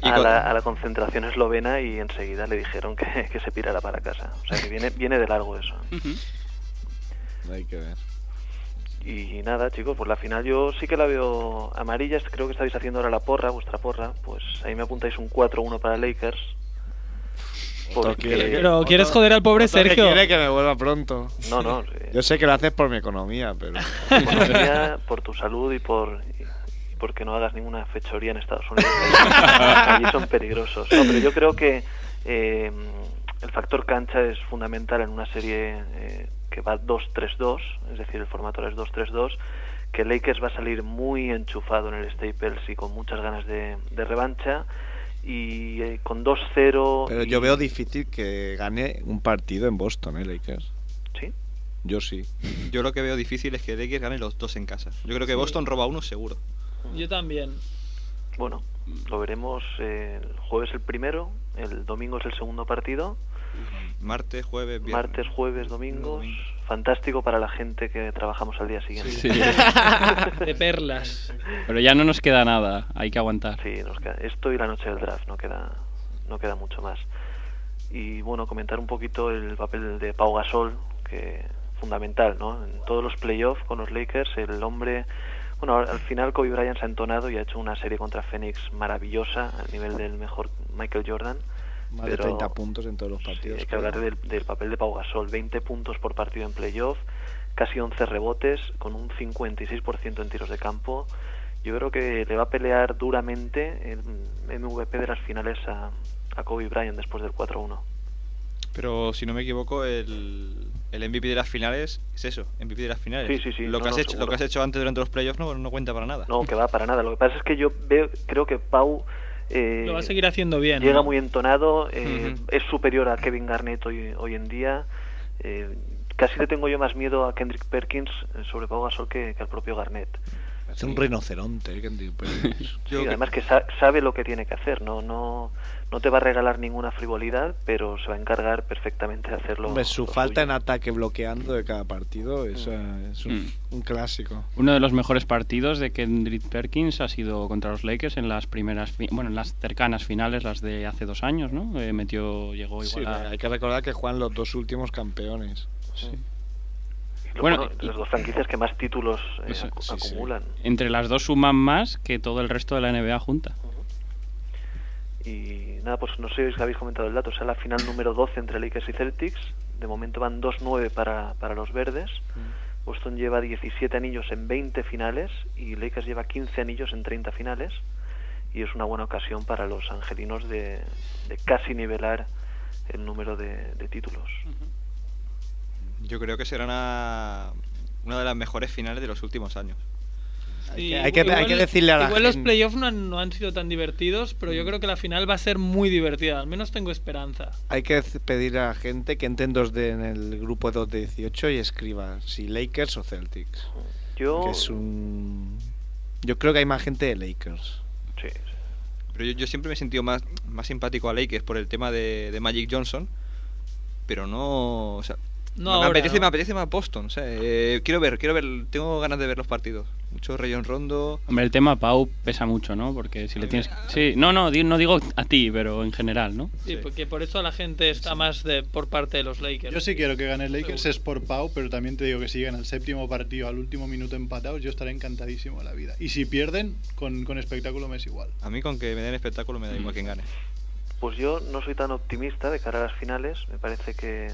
Speaker 17: a, la, a la concentración eslovena y enseguida le dijeron que, que se pirara para casa. O sea que viene, viene de largo eso.
Speaker 8: Hay que ver.
Speaker 17: Y nada, chicos, pues la final yo sí que la veo amarilla. Creo que estáis haciendo ahora la porra, vuestra porra. Pues ahí me apuntáis un 4-1 para Lakers. Porque...
Speaker 3: Pero quieres joder al pobre
Speaker 8: Otro que
Speaker 3: Sergio.
Speaker 8: quiere que me vuelva pronto.
Speaker 17: No, no,
Speaker 8: Yo sé que lo haces por mi economía, pero.
Speaker 17: Por, tu vida, por tu salud y por y porque no hagas ninguna fechoría en Estados Unidos. Allí son peligrosos. No, pero yo creo que eh, el factor cancha es fundamental en una serie eh, que va 2-3-2, es decir, el formato ahora es 2-3-2, que Lakers va a salir muy enchufado en el Staples y con muchas ganas de, de revancha. Y eh, con 2-0...
Speaker 8: Pero yo veo difícil que gane un partido en Boston, ¿eh, Lakers?
Speaker 17: ¿Sí?
Speaker 8: Yo sí.
Speaker 14: Yo lo que veo difícil es que Lakers gane los dos en casa. Yo creo que
Speaker 10: Sí.
Speaker 14: Boston roba uno seguro.
Speaker 10: Yo
Speaker 8: <laughs>
Speaker 10: también.
Speaker 17: Bueno, lo veremos eh, el jueves el primero, el domingo es el segundo partido.
Speaker 14: Martes, jueves, viernes.
Speaker 17: Martes, jueves, domingos. Fantástico para la gente que trabajamos al día siguiente.
Speaker 6: Sí.
Speaker 10: De perlas.
Speaker 6: Pero ya no nos queda nada, hay que aguantar.
Speaker 17: Sí, nos queda esto y la noche del draft, no queda, no queda mucho más. Y bueno, comentar un poquito el papel de Pau Gasol, que fundamental, ¿no? En todos los playoffs con los Lakers, el hombre... Bueno, al al final Kobe Bryant se ha entonado y ha hecho una serie contra Phoenix maravillosa, al nivel del mejor Michael Jordan.
Speaker 8: Más de
Speaker 17: pero-
Speaker 8: 30 puntos en todos los
Speaker 17: Sí,
Speaker 8: partidos.
Speaker 17: hay que hablar del, del papel de Pau Gasol. 20 puntos por partido en playoff, casi 11 rebotes, con un 56% en tiros de campo. Yo creo que le va a pelear duramente el MVP de las finales a, a Kobe Bryant después del 4-1.
Speaker 14: Pero si no me equivoco, el, el MVP de las finales es eso, MVP de las finales.
Speaker 17: Sí, sí, sí,
Speaker 14: Lo,
Speaker 17: no,
Speaker 14: que, has
Speaker 17: no,
Speaker 14: hecho, lo
Speaker 17: seguro.
Speaker 14: que has hecho antes durante los playoffs no, no cuenta para nada.
Speaker 17: No, que va para nada. Lo que pasa es que yo veo, creo que Pau... eh,
Speaker 10: Lo va a seguir haciendo bien.
Speaker 17: Llega
Speaker 10: ¿no?
Speaker 17: muy entonado, eh, es superior a Kevin Garnett hoy, hoy en día. eh, casi le tengo yo más miedo a Kendrick Perkins eh, sobre Pau Gasol que, que al propio Garnett.
Speaker 8: Es un rinoceronte, ¿eh? que entiendo, pero-
Speaker 17: Sí, además que sa- sabe lo que tiene que hacer, no, no, no te va a regalar ninguna frivolidad, pero se va a encargar perfectamente de hacerlo.
Speaker 8: Hombre, su
Speaker 17: lo Mm.
Speaker 8: falta
Speaker 17: suyo.
Speaker 8: en ataque bloqueando de cada partido es, eh, es un, un clásico.
Speaker 6: Uno de los mejores partidos de Kendrick Perkins ha sido contra los Lakers en las primeras, fi- bueno, en las cercanas finales, las de hace dos años, ¿no? Eh, metió, llegó igual
Speaker 8: Sí,
Speaker 6: a...
Speaker 8: hay que recordar que juegan los dos últimos campeones.
Speaker 17: Lo
Speaker 6: bueno,
Speaker 17: bueno, las dos franquicias que más títulos eh,
Speaker 6: Eso,
Speaker 17: acu-
Speaker 6: sí, sí.
Speaker 17: acumulan.
Speaker 6: Entre las dos suman más que todo el resto de la NBA junta.
Speaker 17: Y nada, pues no sé si habéis comentado el dato, o sea, la final número 12 entre Lakers y Celtics. De momento van 2-9 para, para los verdes. Boston lleva 17 anillos en 20 finales y Lakers lleva 15 anillos en 30 finales. Y es una buena ocasión para los angelinos de, de casi nivelar el número de, de títulos.
Speaker 20: Yo creo que será una, una de las mejores finales de los últimos años.
Speaker 3: Sí,
Speaker 20: Hay que- hay que decirle a la
Speaker 3: Igual los
Speaker 20: gente. Mm.
Speaker 3: playoffs no han, no han sido tan divertidos, pero yo creo que la final va a ser muy divertida. Al menos tengo esperanza.
Speaker 8: Hay que c- pedir a la gente que entre en, 2D en el grupo 2 de 18 y escriba si Lakers o Celtics.
Speaker 17: Yo-
Speaker 8: Que es un... Yo creo que hay más gente de Lakers.
Speaker 17: Sí.
Speaker 20: Pero yo, yo siempre me he sentido más, más simpático a Lakers por el tema de, de Magic Johnson. Pero no. o sea,
Speaker 3: No
Speaker 20: me,
Speaker 3: ahora,
Speaker 20: apetece,
Speaker 3: ¿no?
Speaker 20: me apetece más Boston. o sea, eh, quiero ver, quiero ver. Tengo ganas de ver los partidos. Mucho Rayon Rondo.
Speaker 21: Hombre, el tema Pau pesa mucho, ¿no? Porque si le tienes... Sí, no, no, di- no digo a ti, pero en general,
Speaker 8: <laughs>
Speaker 6: <laughs>
Speaker 21: ¿no?
Speaker 3: Sí, porque por eso la gente está más de, por parte de los Lakers.
Speaker 4: Yo sí quiero que gane el Lakers, es por Pau, pero también te digo que si llegan al séptimo partido, al último minuto empatados, yo estaré encantadísimo de la vida. Y si pierden, con, con espectáculo me es igual.
Speaker 20: A mí con que me den espectáculo me da igual quién gane.
Speaker 17: Pues yo no soy tan optimista de cara a las finales. Me parece que,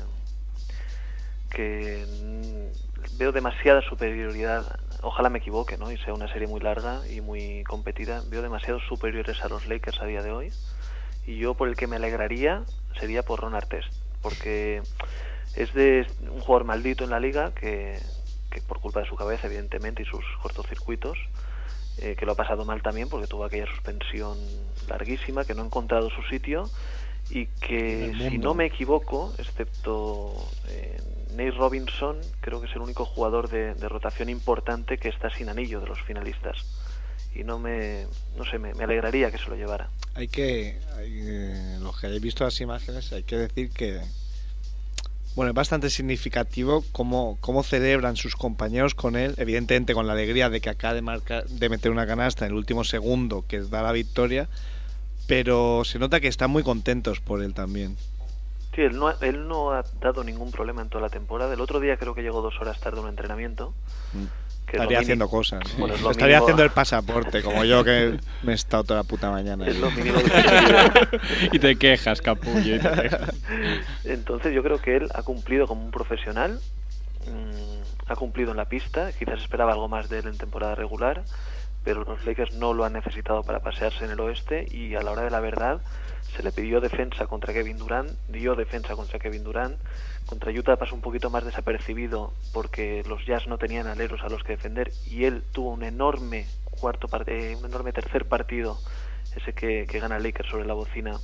Speaker 17: que mm, veo demasiada superioridad. Ojalá me equivoque, ¿no? Y sea una serie muy larga y muy competida. Veo demasiados superiores a los Lakers a día de hoy. Y yo por el que me alegraría sería por Ron Artest, porque es de un jugador maldito en la liga que, que por culpa de su cabeza, evidentemente, y sus cortocircuitos, eh, que lo ha pasado mal también porque tuvo aquella suspensión larguísima, que no ha encontrado su sitio y que,
Speaker 23: En el
Speaker 17: si
Speaker 23: mundo.
Speaker 17: no me equivoco, excepto eh, Nate Robinson, creo que es el único jugador de, de rotación importante que está sin anillo de los finalistas. Y no me, no sé, me, me alegraría que se lo llevara.
Speaker 8: Hay que... hay, eh, los que hayáis visto las imágenes, hay que decir que... Bueno, es bastante significativo cómo, cómo celebran sus compañeros con él, evidentemente con la alegría de que acaba de, marcar, de meter una canasta en el último segundo que da la victoria, pero se nota que están muy contentos por él también.
Speaker 17: Sí, él no, ha, él no ha dado ningún problema en toda la temporada. El otro día creo que llegó dos horas tarde a un entrenamiento. que es lo
Speaker 8: Estaría
Speaker 17: mínimo.
Speaker 8: haciendo cosas. ¿no?
Speaker 17: Bueno, es lo
Speaker 8: Estaría
Speaker 17: mínimo.
Speaker 8: haciendo el pasaporte, como yo que me he estado toda la puta
Speaker 17: <laughs>
Speaker 8: mañana.
Speaker 17: Es lo
Speaker 8: ahí. <laughs>
Speaker 17: mínimo que se
Speaker 21: Y te quejas, capullo, y te quejas.
Speaker 17: Entonces yo creo que él ha cumplido como un profesional, mm, ha cumplido en la pista, quizás esperaba algo más de él en temporada regular, pero los Lakers no lo han necesitado para pasearse en el oeste y a la hora de la verdad se le pidió defensa contra Kevin Durant, dio defensa contra Kevin Durant, contra Utah pasó un poquito más desapercibido porque los Jazz no tenían aleros a los que defender y él tuvo un enorme cuarto par- eh, un enorme tercer partido ese que, que gana Lakers sobre la bocina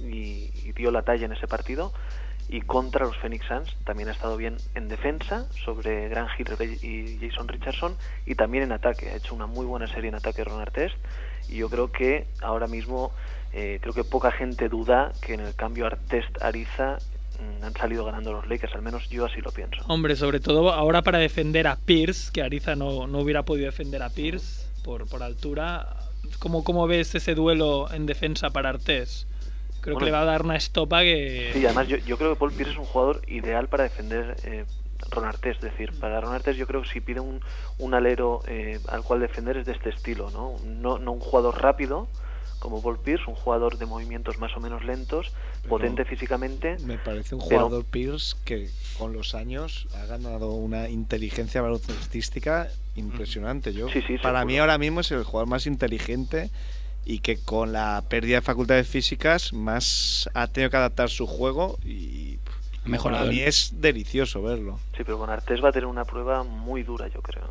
Speaker 17: y, y dio la talla en ese partido. Y contra los Phoenix Suns también ha estado bien en defensa sobre Grant Hill y Jason Richardson y también en ataque. Ha hecho una muy buena serie en ataque Ron Artest y yo creo que ahora mismo eh, creo que poca gente duda que en el cambio Artest-Ariza mm, han salido ganando los Lakers, al menos yo así lo pienso.
Speaker 3: Hombre, sobre todo ahora para defender a Pierce, que Ariza no, no hubiera podido defender a Pierce por, por altura. ¿Cómo, ¿Cómo ves ese duelo en defensa para Artés? Creo
Speaker 17: Bueno.
Speaker 3: que le va a dar una estopa que...
Speaker 17: Sí, además yo, yo creo que Paul Pierce es un jugador ideal para defender eh, Ron Artest. Es decir, para Ron Artest yo creo que si pide un, un alero eh, al cual defender es de este estilo, ¿no? ¿no? No un jugador rápido como Paul Pierce, un jugador de movimientos más o menos lentos,
Speaker 8: Pero
Speaker 17: potente físicamente.
Speaker 8: Me parece un
Speaker 17: pero-
Speaker 8: jugador Pierce que con los años ha ganado una inteligencia baloncestística impresionante. Yo,
Speaker 17: Sí, sí,
Speaker 8: para
Speaker 17: seguro.
Speaker 8: mí ahora mismo es el jugador más inteligente y que con la pérdida de facultades físicas más ha tenido que adaptar su juego y pff,
Speaker 17: Ha mejorado,
Speaker 8: Para mí
Speaker 17: ¿eh?
Speaker 8: es
Speaker 17: <laughs>
Speaker 8: delicioso verlo.
Speaker 17: Sí, pero con Artes va a tener una prueba muy dura, yo creo.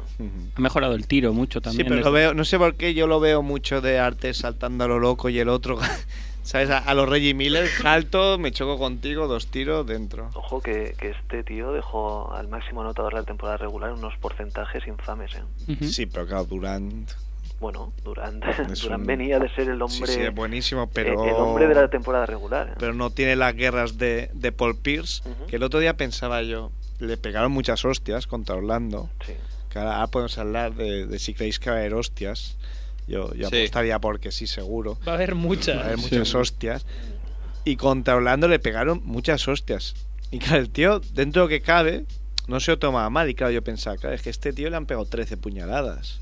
Speaker 21: Ha mejorado el tiro mucho también.
Speaker 8: Sí, pero
Speaker 21: desde-
Speaker 8: lo veo, no sé por qué yo lo veo mucho de arte saltando a lo loco y el otro, <laughs> ¿sabes? A, a los Reggie Miller, salto, me choco contigo, dos tiros, dentro.
Speaker 17: Ojo que, que este tío dejó al máximo anotador de la temporada regular unos porcentajes infames, ¿eh?
Speaker 8: Sí, pero claro, Durant.
Speaker 17: Bueno, Durant, <laughs>
Speaker 8: es
Speaker 17: Durant
Speaker 8: un-
Speaker 17: venía de ser el hombre... eh,
Speaker 8: Sí, sí, es buenísimo, pero.
Speaker 17: el hombre de la temporada regular, ¿eh?
Speaker 8: Pero no tiene las guerras de, de Paul Pierce, que el otro día pensaba yo, le pegaron muchas hostias contra Orlando.
Speaker 17: Sí.
Speaker 8: Que ahora ahora podemos hablar de, de si creéis que va a haber hostias. Yo, yo
Speaker 3: Sí.
Speaker 8: apostaría porque sí, seguro.
Speaker 3: Va a haber muchas.
Speaker 8: Va a haber muchas hostias. Y contra Orlando le pegaron muchas hostias. Y claro, el tío, dentro de lo que cabe, no se lo tomaba mal. Y claro, yo pensaba, claro, es que a este tío le han pegado 13 puñaladas.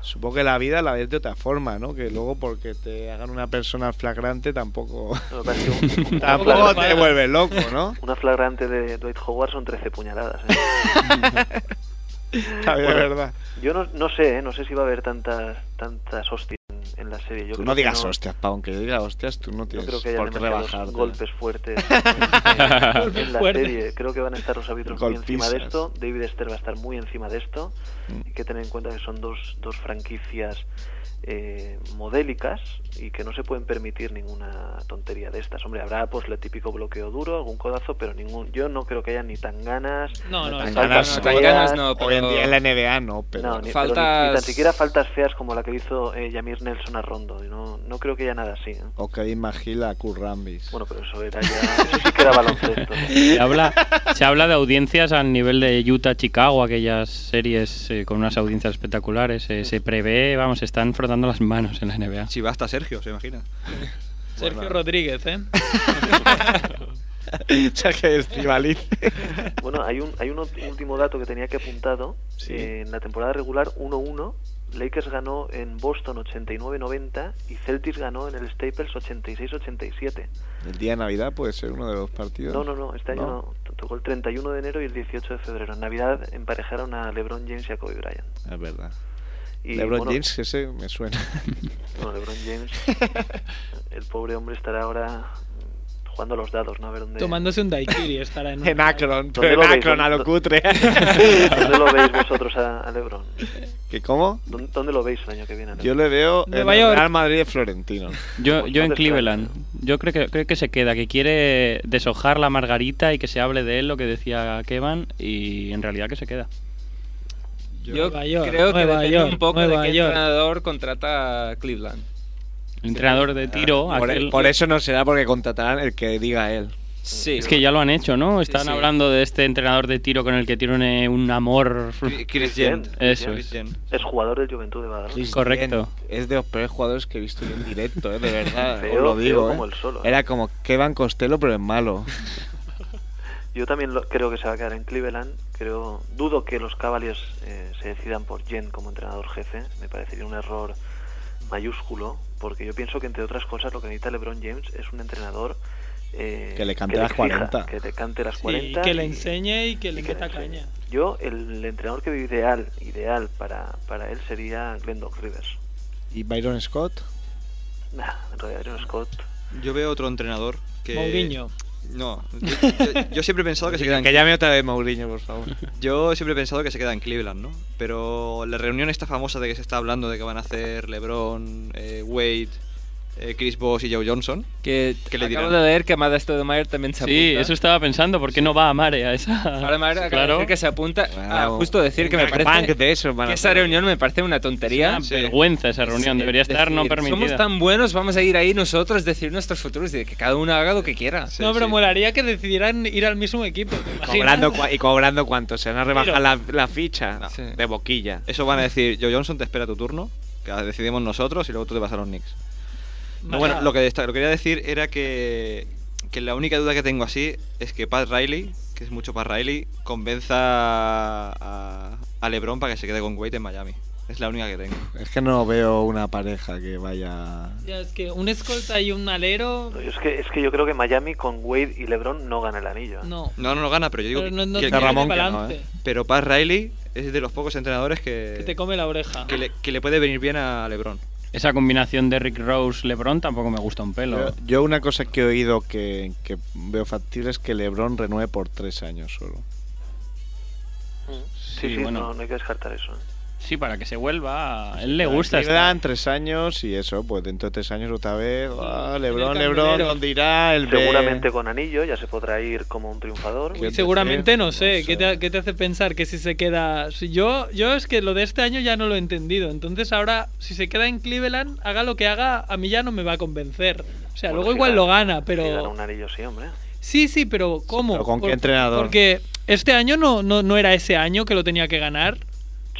Speaker 8: Supongo que la vida la ves de otra forma, ¿no? Que luego porque te hagan una persona
Speaker 17: <laughs>
Speaker 8: flagrante tampoco.
Speaker 17: No, pero es que
Speaker 8: <laughs>
Speaker 17: un-
Speaker 8: tampoco te vuelves loco,
Speaker 17: <laughs>
Speaker 8: ¿no?
Speaker 17: Una flagrante de Dwight Howard son 13 puñaladas. ¿eh?
Speaker 8: La vida es verdad.
Speaker 17: Yo no, no sé, ¿eh? no sé si va a haber tantas tantas hostias en, en la serie. Yo
Speaker 8: Tú
Speaker 17: creo
Speaker 8: no
Speaker 17: que
Speaker 8: digas hostias, pa, aunque yo diga hostias, tú no
Speaker 17: No
Speaker 8: tienes
Speaker 17: creo que haya
Speaker 8: por qué
Speaker 17: demasiados
Speaker 8: rebajarte.
Speaker 17: golpes
Speaker 8: <laughs>
Speaker 17: fuertes en, en la
Speaker 8: Fuertes.
Speaker 17: serie. Creo que van a estar los árbitros muy encima de
Speaker 8: Golpizas. Mm.
Speaker 17: esto. David Esther va a estar muy encima de esto. Hay que tener en cuenta que son dos, dos franquicias eh, modélicas y que no se pueden permitir ninguna tontería de estas. Hombre, habrá pues el típico bloqueo duro, algún codazo, pero ningún. Yo no creo que haya ni tan ganas.
Speaker 3: No, no,
Speaker 8: Tan
Speaker 17: faltas
Speaker 8: ganas,
Speaker 17: feas.
Speaker 8: no, Hoy en día en la NBA no, pero
Speaker 17: No, ni, pero ni- ni,
Speaker 8: faltas.
Speaker 17: tan siquiera faltas feas como la que hizo eh, Yamir Nelson a Rondo. No, no creo que haya nada así. ¿eh?
Speaker 8: O que imagina a Currambis.
Speaker 17: Bueno, pero eso era ya. Eso sí que era
Speaker 8: <laughs>
Speaker 17: baloncesto.
Speaker 21: Se habla, se habla de audiencias al nivel de Utah-Chicago, aquellas series eh, con unas audiencias espectaculares. eh, se prevé, vamos, se están frotando las manos en la NBA.
Speaker 20: Si va hasta Sergio, se
Speaker 8: <laughs>
Speaker 20: imagina.
Speaker 3: Sergio Rodríguez,
Speaker 17: <laughs>
Speaker 3: ¿eh?
Speaker 8: que Estivaliz.
Speaker 17: Bueno, hay un, hay un ot- último dato que tenía que apuntado.
Speaker 8: Sí.
Speaker 17: Eh, en la temporada regular 1-1, Lakers ganó en Boston 89-90 y Celtics ganó en el Staples 86-87.
Speaker 8: <laughs> El día de Navidad puede ser uno de los partidos.
Speaker 17: No, no, no, este año no. T- Tocó el 31 de enero y el 18 de febrero. En Navidad emparejaron a LeBron James y a Kobe Bryant.
Speaker 8: Es verdad.
Speaker 17: Y,
Speaker 8: LeBron
Speaker 17: bueno,
Speaker 8: James, ese me suena.
Speaker 17: Bueno, LeBron
Speaker 8: <laughs>
Speaker 17: James, el pobre hombre estará ahora jugando a los dados, ¿no? A ver dónde...
Speaker 3: Tomándose un daiquiri estará
Speaker 17: <laughs>
Speaker 3: en...
Speaker 8: En Akron,
Speaker 17: ¿Dónde
Speaker 8: pero
Speaker 17: lo
Speaker 8: en
Speaker 17: veis?
Speaker 8: Akron a lo
Speaker 17: ¿Dónde-
Speaker 8: cutre. <laughs>
Speaker 17: ¿Dónde lo veis vosotros a, a LeBron?
Speaker 8: ¿Que cómo?
Speaker 17: ¿Dónde, dónde lo veis el año que viene? a
Speaker 8: Yo
Speaker 17: LeBron?
Speaker 8: le veo en
Speaker 17: Nueva
Speaker 8: el
Speaker 17: York.
Speaker 8: Real Madrid de Florentino.
Speaker 21: Yo, yo en Cleveland, yo creo que, creo que se queda, que quiere deshojar la margarita y que se hable de él, lo que decía Kevin, y en realidad que se queda.
Speaker 5: Yo
Speaker 3: Nueva York,
Speaker 5: creo que
Speaker 3: Nueva
Speaker 5: depende
Speaker 3: York,
Speaker 5: un poco
Speaker 3: Nueva
Speaker 5: de qué
Speaker 3: York.
Speaker 5: entrenador contrata a Cleveland.
Speaker 21: El entrenador de tiro,
Speaker 8: Ah, Por, e,
Speaker 21: aquel-
Speaker 8: por eso no será porque contratarán el que diga él.
Speaker 5: Sí.
Speaker 21: Es que ya lo han hecho, ¿no? Están
Speaker 5: sí.
Speaker 21: hablando de este entrenador de tiro con el que tiene un, eh, un amor.
Speaker 20: Chris
Speaker 17: Gent,
Speaker 21: Eso
Speaker 17: Chris
Speaker 21: es.
Speaker 17: Gent. Es jugador del Juventud de Badalona.
Speaker 21: Correcto.
Speaker 8: Es de los peores jugadores que he visto yo en directo, ¿eh? de verdad.
Speaker 17: Feo,
Speaker 8: os lo
Speaker 17: feo
Speaker 8: digo.
Speaker 17: como
Speaker 8: ¿eh?
Speaker 17: el solo, ¿eh?
Speaker 8: Era como Kevin Costello, pero en malo.
Speaker 17: Yo también lo- creo que se va a quedar en Cleveland. Creo, dudo que los Cavaliers eh, se decidan por Jen como entrenador jefe. Me parecería un error mayúsculo, porque yo pienso que entre otras cosas lo que necesita LeBron James es un entrenador eh,
Speaker 8: Que le cante
Speaker 17: que
Speaker 8: las
Speaker 17: exija,
Speaker 8: 40.
Speaker 17: que le cante las
Speaker 3: Y
Speaker 17: 40.
Speaker 3: que le
Speaker 17: y-
Speaker 3: enseñe y que le
Speaker 17: y que le
Speaker 3: meta
Speaker 17: enseñe.
Speaker 3: caña.
Speaker 17: Yo el entrenador que veo ideal, ideal para, para él sería Glendon Rivers.
Speaker 8: ¿Y Byron Scott?
Speaker 17: Nah, en realidad Aaron Scott.
Speaker 20: Yo veo otro entrenador que.
Speaker 17: Mourinho.
Speaker 20: No, yo, yo- yo siempre he pensado que se queda en
Speaker 8: Que llame otra vez Mourinho, por favor.
Speaker 20: Yo siempre he pensado que se queda en Cleveland, ¿no? Pero la reunión esta famosa de que se está hablando de que van a hacer LeBron, eh, Wade, eh, Chris Bosh y Joe Johnson.
Speaker 5: Que
Speaker 20: ¿Qué le
Speaker 5: acabo
Speaker 20: dirán?
Speaker 5: de leer que Amada Stoudemire también se
Speaker 21: Sí,
Speaker 5: apunta.
Speaker 21: eso estaba pensando, ¿por qué no va a Mare a esa?
Speaker 5: Ahora me acaba de
Speaker 21: Claro.
Speaker 5: decir que se apunta
Speaker 8: Ah,
Speaker 5: a
Speaker 21: Wow.
Speaker 5: Ah, justo decir que me
Speaker 21: Un gangbang
Speaker 5: parece
Speaker 21: de esos van a
Speaker 5: que esa
Speaker 21: hacer.
Speaker 5: reunión me parece una tontería.
Speaker 21: Es una vergüenza esa reunión, debería estar no permitida.
Speaker 5: Somos tan buenos, vamos a ir ahí nosotros, decir nuestros futuros y que cada uno haga lo que quiera.
Speaker 3: no, pero molaría que decidieran ir al mismo equipo. ¿te imaginas?
Speaker 8: Cobrando cua- y cobrando cuánto. Se van a rebajar
Speaker 3: Pero-
Speaker 8: la, la ficha de boquilla.
Speaker 20: Eso van a decir, Joe Johnson, te espera tu turno, que decidimos nosotros y luego tú te vas a los Knicks. No, bueno, lo que, desta- lo que quería decir era que, que la única duda que tengo así es que Pat Riley, que es mucho Pat Riley, convenza a, a LeBron para que se quede con Wade en Miami. Es la única que tengo.
Speaker 8: Es que no veo una pareja que vaya.
Speaker 3: Ya, es que un escolta y un alero...
Speaker 17: No, yo es, que, es que yo creo que Miami con Wade y LeBron no gana el anillo. ¿eh?
Speaker 3: No.
Speaker 20: No, no lo gana, pero yo digo
Speaker 3: Pero
Speaker 20: que-
Speaker 3: no- no
Speaker 20: que,
Speaker 3: tiene
Speaker 20: que-
Speaker 3: Ramón que no, balance. ¿eh?
Speaker 20: Pero Pat Riley es de los pocos entrenadores que,
Speaker 3: Que te come la oreja.
Speaker 20: que le, que le puede venir bien a LeBron.
Speaker 21: Esa combinación de Rick Rose-Lebron tampoco me gusta un pelo.
Speaker 8: Yo, yo una cosa que he oído que, que veo factible es que LeBron renueve por tres años solo.
Speaker 17: Mm. Sí, sí,
Speaker 21: bueno.
Speaker 17: no, no hay que descartar eso. ¿eh?
Speaker 21: Sí, para que se vuelva. A él le
Speaker 8: Pero
Speaker 21: gusta.
Speaker 8: aquí dan tres años y eso, pues dentro de tres años otra vez. ah, LeBron,
Speaker 17: el
Speaker 8: LeBron,
Speaker 17: candelero.
Speaker 8: ¿dónde irá? El B?
Speaker 17: Seguramente con anillo ya se podrá ir como un triunfador.
Speaker 8: Uy,
Speaker 20: ¿eh?
Speaker 3: Seguramente no sé, ¿Qué, te, qué te hace pensar que si se queda... si yo, yo es que lo de este año ya no lo he entendido, entonces ahora si se queda en Cleveland, haga lo que haga, a mí ya no me va a convencer. O sea,
Speaker 17: Bueno,
Speaker 3: luego
Speaker 17: si
Speaker 3: igual
Speaker 17: gana-
Speaker 3: lo gana,
Speaker 17: si gana
Speaker 3: pero...
Speaker 17: un anillo sí, hombre.
Speaker 3: Sí, sí, pero ¿cómo?
Speaker 8: pero ¿con qué
Speaker 3: Por-
Speaker 8: entrenador?
Speaker 3: Porque este año no, no, no era ese año que lo tenía que ganar.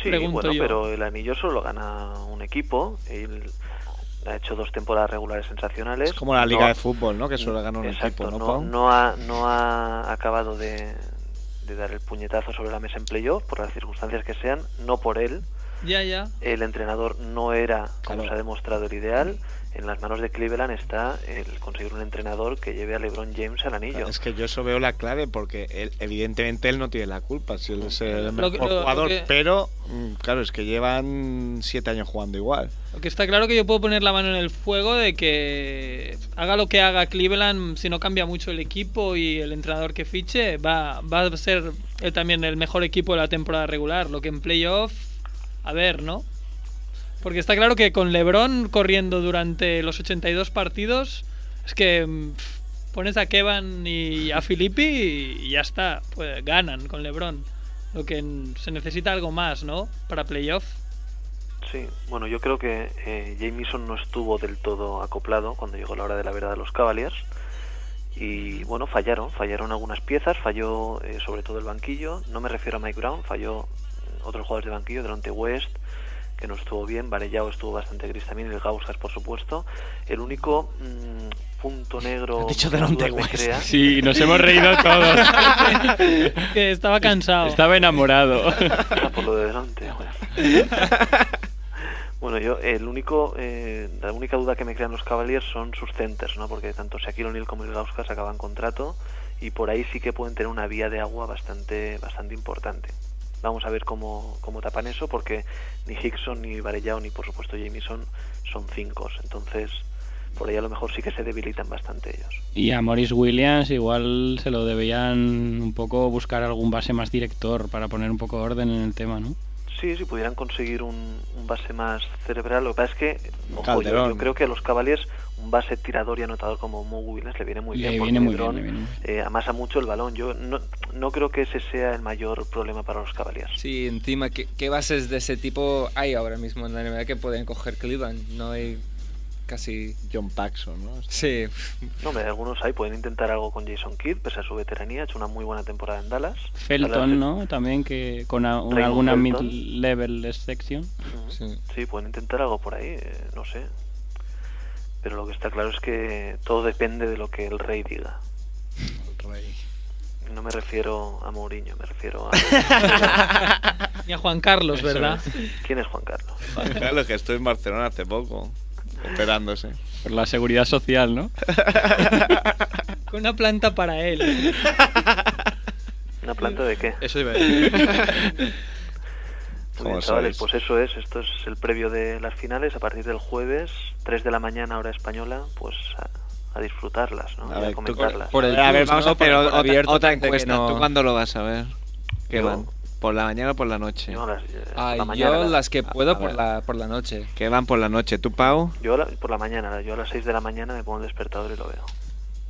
Speaker 17: Sí,
Speaker 3: pregunto
Speaker 17: bueno,
Speaker 3: yo.
Speaker 17: pero el anillo solo lo gana un equipo. Él ha hecho dos temporadas regulares sensacionales.
Speaker 8: Es como la liga
Speaker 17: No-
Speaker 8: de fútbol, ¿no? Que solo gana un
Speaker 17: Exacto,
Speaker 8: equipo, ¿no,
Speaker 17: no,
Speaker 8: Pau?
Speaker 17: no ha, no ha acabado de, de dar el puñetazo sobre la mesa en playoff, por las circunstancias que sean, no por él,
Speaker 3: Ya, ya.
Speaker 17: El entrenador no era, como se ha demostrado, el ideal. En las manos de Cleveland está el conseguir un entrenador que lleve a LeBron James al anillo.
Speaker 8: Es que yo eso veo la clave porque él- evidentemente él no tiene la culpa si él es el
Speaker 3: Lo
Speaker 8: mejor
Speaker 3: que- lo- lo
Speaker 8: jugador,
Speaker 3: que-
Speaker 8: pero mm, claro, es que llevan siete años jugando igual.
Speaker 3: Lo que está claro que yo puedo poner la mano en el fuego de que haga lo que haga Cleveland, si no cambia mucho el equipo y el entrenador que fiche, va, va a ser eh, también el mejor equipo de la temporada regular. Lo que en playoff, a ver, ¿no? Porque está claro que con LeBron corriendo durante los 82 partidos, es que mm, pf, pones a Kevin y a Filippi y ya está, pues ganan con LeBron. Lo que mm, se necesita algo más, ¿no? Para playoff.
Speaker 17: Sí, bueno, yo creo que eh, Jamison no estuvo del todo acoplado cuando llegó la hora de la verdad de los Cavaliers. Y bueno, fallaron, fallaron algunas piezas, falló eh, sobre todo el banquillo. No me refiero a Mike Brown, falló mm, otros jugadores de banquillo, Delonte West, que no estuvo bien, Varellao estuvo bastante gris también, el Gauskas, por supuesto. El único mm, punto negro.
Speaker 6: dicho
Speaker 17: que sin
Speaker 6: Delonte
Speaker 17: dudas me
Speaker 6: West.
Speaker 17: crea-
Speaker 6: Sí, nos hemos reído
Speaker 5: <laughs>
Speaker 6: todos.
Speaker 3: que estaba cansado.
Speaker 6: Estaba enamorado. <laughs>
Speaker 17: Ah, por lo de delante, bueno. Bueno, yo el único, eh, la única duda que me crean los Cavaliers son sus centers, ¿no? Porque tanto Shaquille O'Neal como el Gauskas acaban contrato y por ahí sí que pueden tener una vía de agua bastante, bastante importante. Vamos a ver cómo, cómo tapan eso, porque ni Hickson, ni Varellao, ni por supuesto Jamison son cinco. Entonces, por ahí a lo mejor sí que se debilitan bastante ellos.
Speaker 6: Y a Morris Williams igual se lo debían un poco buscar algún base más director para poner un poco de orden en el tema, ¿no?
Speaker 17: Sí, si pudieran conseguir un, un base más cerebral. Lo que pasa es que, ojo, yo- yo,
Speaker 6: Calderón.
Speaker 17: creo que a los Cavaliers un base tirador y anotador como Mo Williams le viene muy
Speaker 6: Le
Speaker 17: bien. porque
Speaker 6: viene muy
Speaker 17: LeBron,
Speaker 6: bien, le viene
Speaker 17: eh, amasa mucho el balón. Yo no, no creo que ese sea el mayor problema para los Cavaliers.
Speaker 5: Sí, encima, ¿qué, qué bases de ese tipo hay ahora mismo en la NBA que pueden coger Cleveland? No hay casi...
Speaker 8: John Paxson, ¿no?
Speaker 5: Sí.
Speaker 17: No, hombre, algunos ahí pueden intentar algo con Jason Kidd, pese a su veteranía. Ha hecho una muy buena temporada en Dallas. Dallas
Speaker 6: Felton, ¿no? También que con a- un-
Speaker 17: Raymond
Speaker 6: alguna
Speaker 17: Felton.
Speaker 6: mid-level exception.
Speaker 5: Sí.
Speaker 17: Sí, pueden intentar algo por ahí, eh, no sé. Pero lo que está claro es que todo depende de lo que el rey diga. No me refiero a Mourinho, me refiero a...
Speaker 3: Ni a Juan Carlos,
Speaker 8: Eso
Speaker 3: ¿verdad?
Speaker 17: ¿Quién es Juan Carlos?
Speaker 8: <laughs> Claro, que estoy en Barcelona hace poco, operándose.
Speaker 17: Pues
Speaker 6: Por la seguridad social, ¿no?
Speaker 3: <laughs> Con una planta para él.
Speaker 17: ¿Una planta de qué?
Speaker 16: Eso iba a
Speaker 17: Muy
Speaker 16: decir.
Speaker 17: bien,
Speaker 16: ¿Cómo
Speaker 17: chavales,
Speaker 16: sabéis?
Speaker 17: pues eso es, esto es el previo de las finales, a partir del jueves, 3 de la mañana hora española, pues a, a disfrutarlas, ¿no?
Speaker 16: A
Speaker 17: Y A,
Speaker 16: ver, tú-
Speaker 17: comentarlas.
Speaker 16: por el
Speaker 17: a
Speaker 16: Plus, ¿no? Pero
Speaker 17: por
Speaker 16: otra,
Speaker 17: abierto,
Speaker 16: otra
Speaker 17: gente que
Speaker 16: encuesta.
Speaker 17: no-
Speaker 16: ¿Tú cuándo lo vas a ver? ¿Qué
Speaker 17: Yo-
Speaker 16: van? ¿Por la mañana o por la noche?
Speaker 17: No, las- eh,
Speaker 16: Ah,
Speaker 17: por la
Speaker 16: yo
Speaker 17: mañana, las-
Speaker 16: las que puedo
Speaker 17: a
Speaker 16: por
Speaker 17: ver.
Speaker 16: la, por la noche. ¿Qué van por la noche? ¿Tú, Pau?
Speaker 17: Yo a la- por la mañana, yo a las 6 de la mañana me pongo el despertador y lo veo.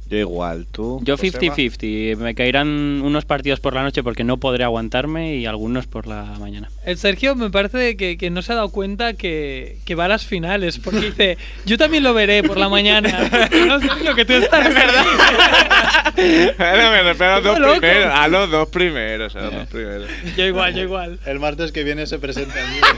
Speaker 8: Yo igual, tú.
Speaker 6: Yo
Speaker 8: Joseba? <laughs>
Speaker 6: 50-50. Me caerán unos partidos por la noche porque no podré aguantarme y algunos por la mañana.
Speaker 3: El Sergio me parece que, que no se ha dado cuenta que, que va a las finales, porque dice, yo también lo veré por la mañana. No, Sergio, que tú estás... <laughs>
Speaker 8: Bueno, me refiero a los dos
Speaker 3: loco.
Speaker 8: primeros. A los dos primeros, a los dos primeros.
Speaker 3: Yo igual, yo igual.
Speaker 4: El martes que viene se presenta.
Speaker 20: <laughs>
Speaker 4: <laughs>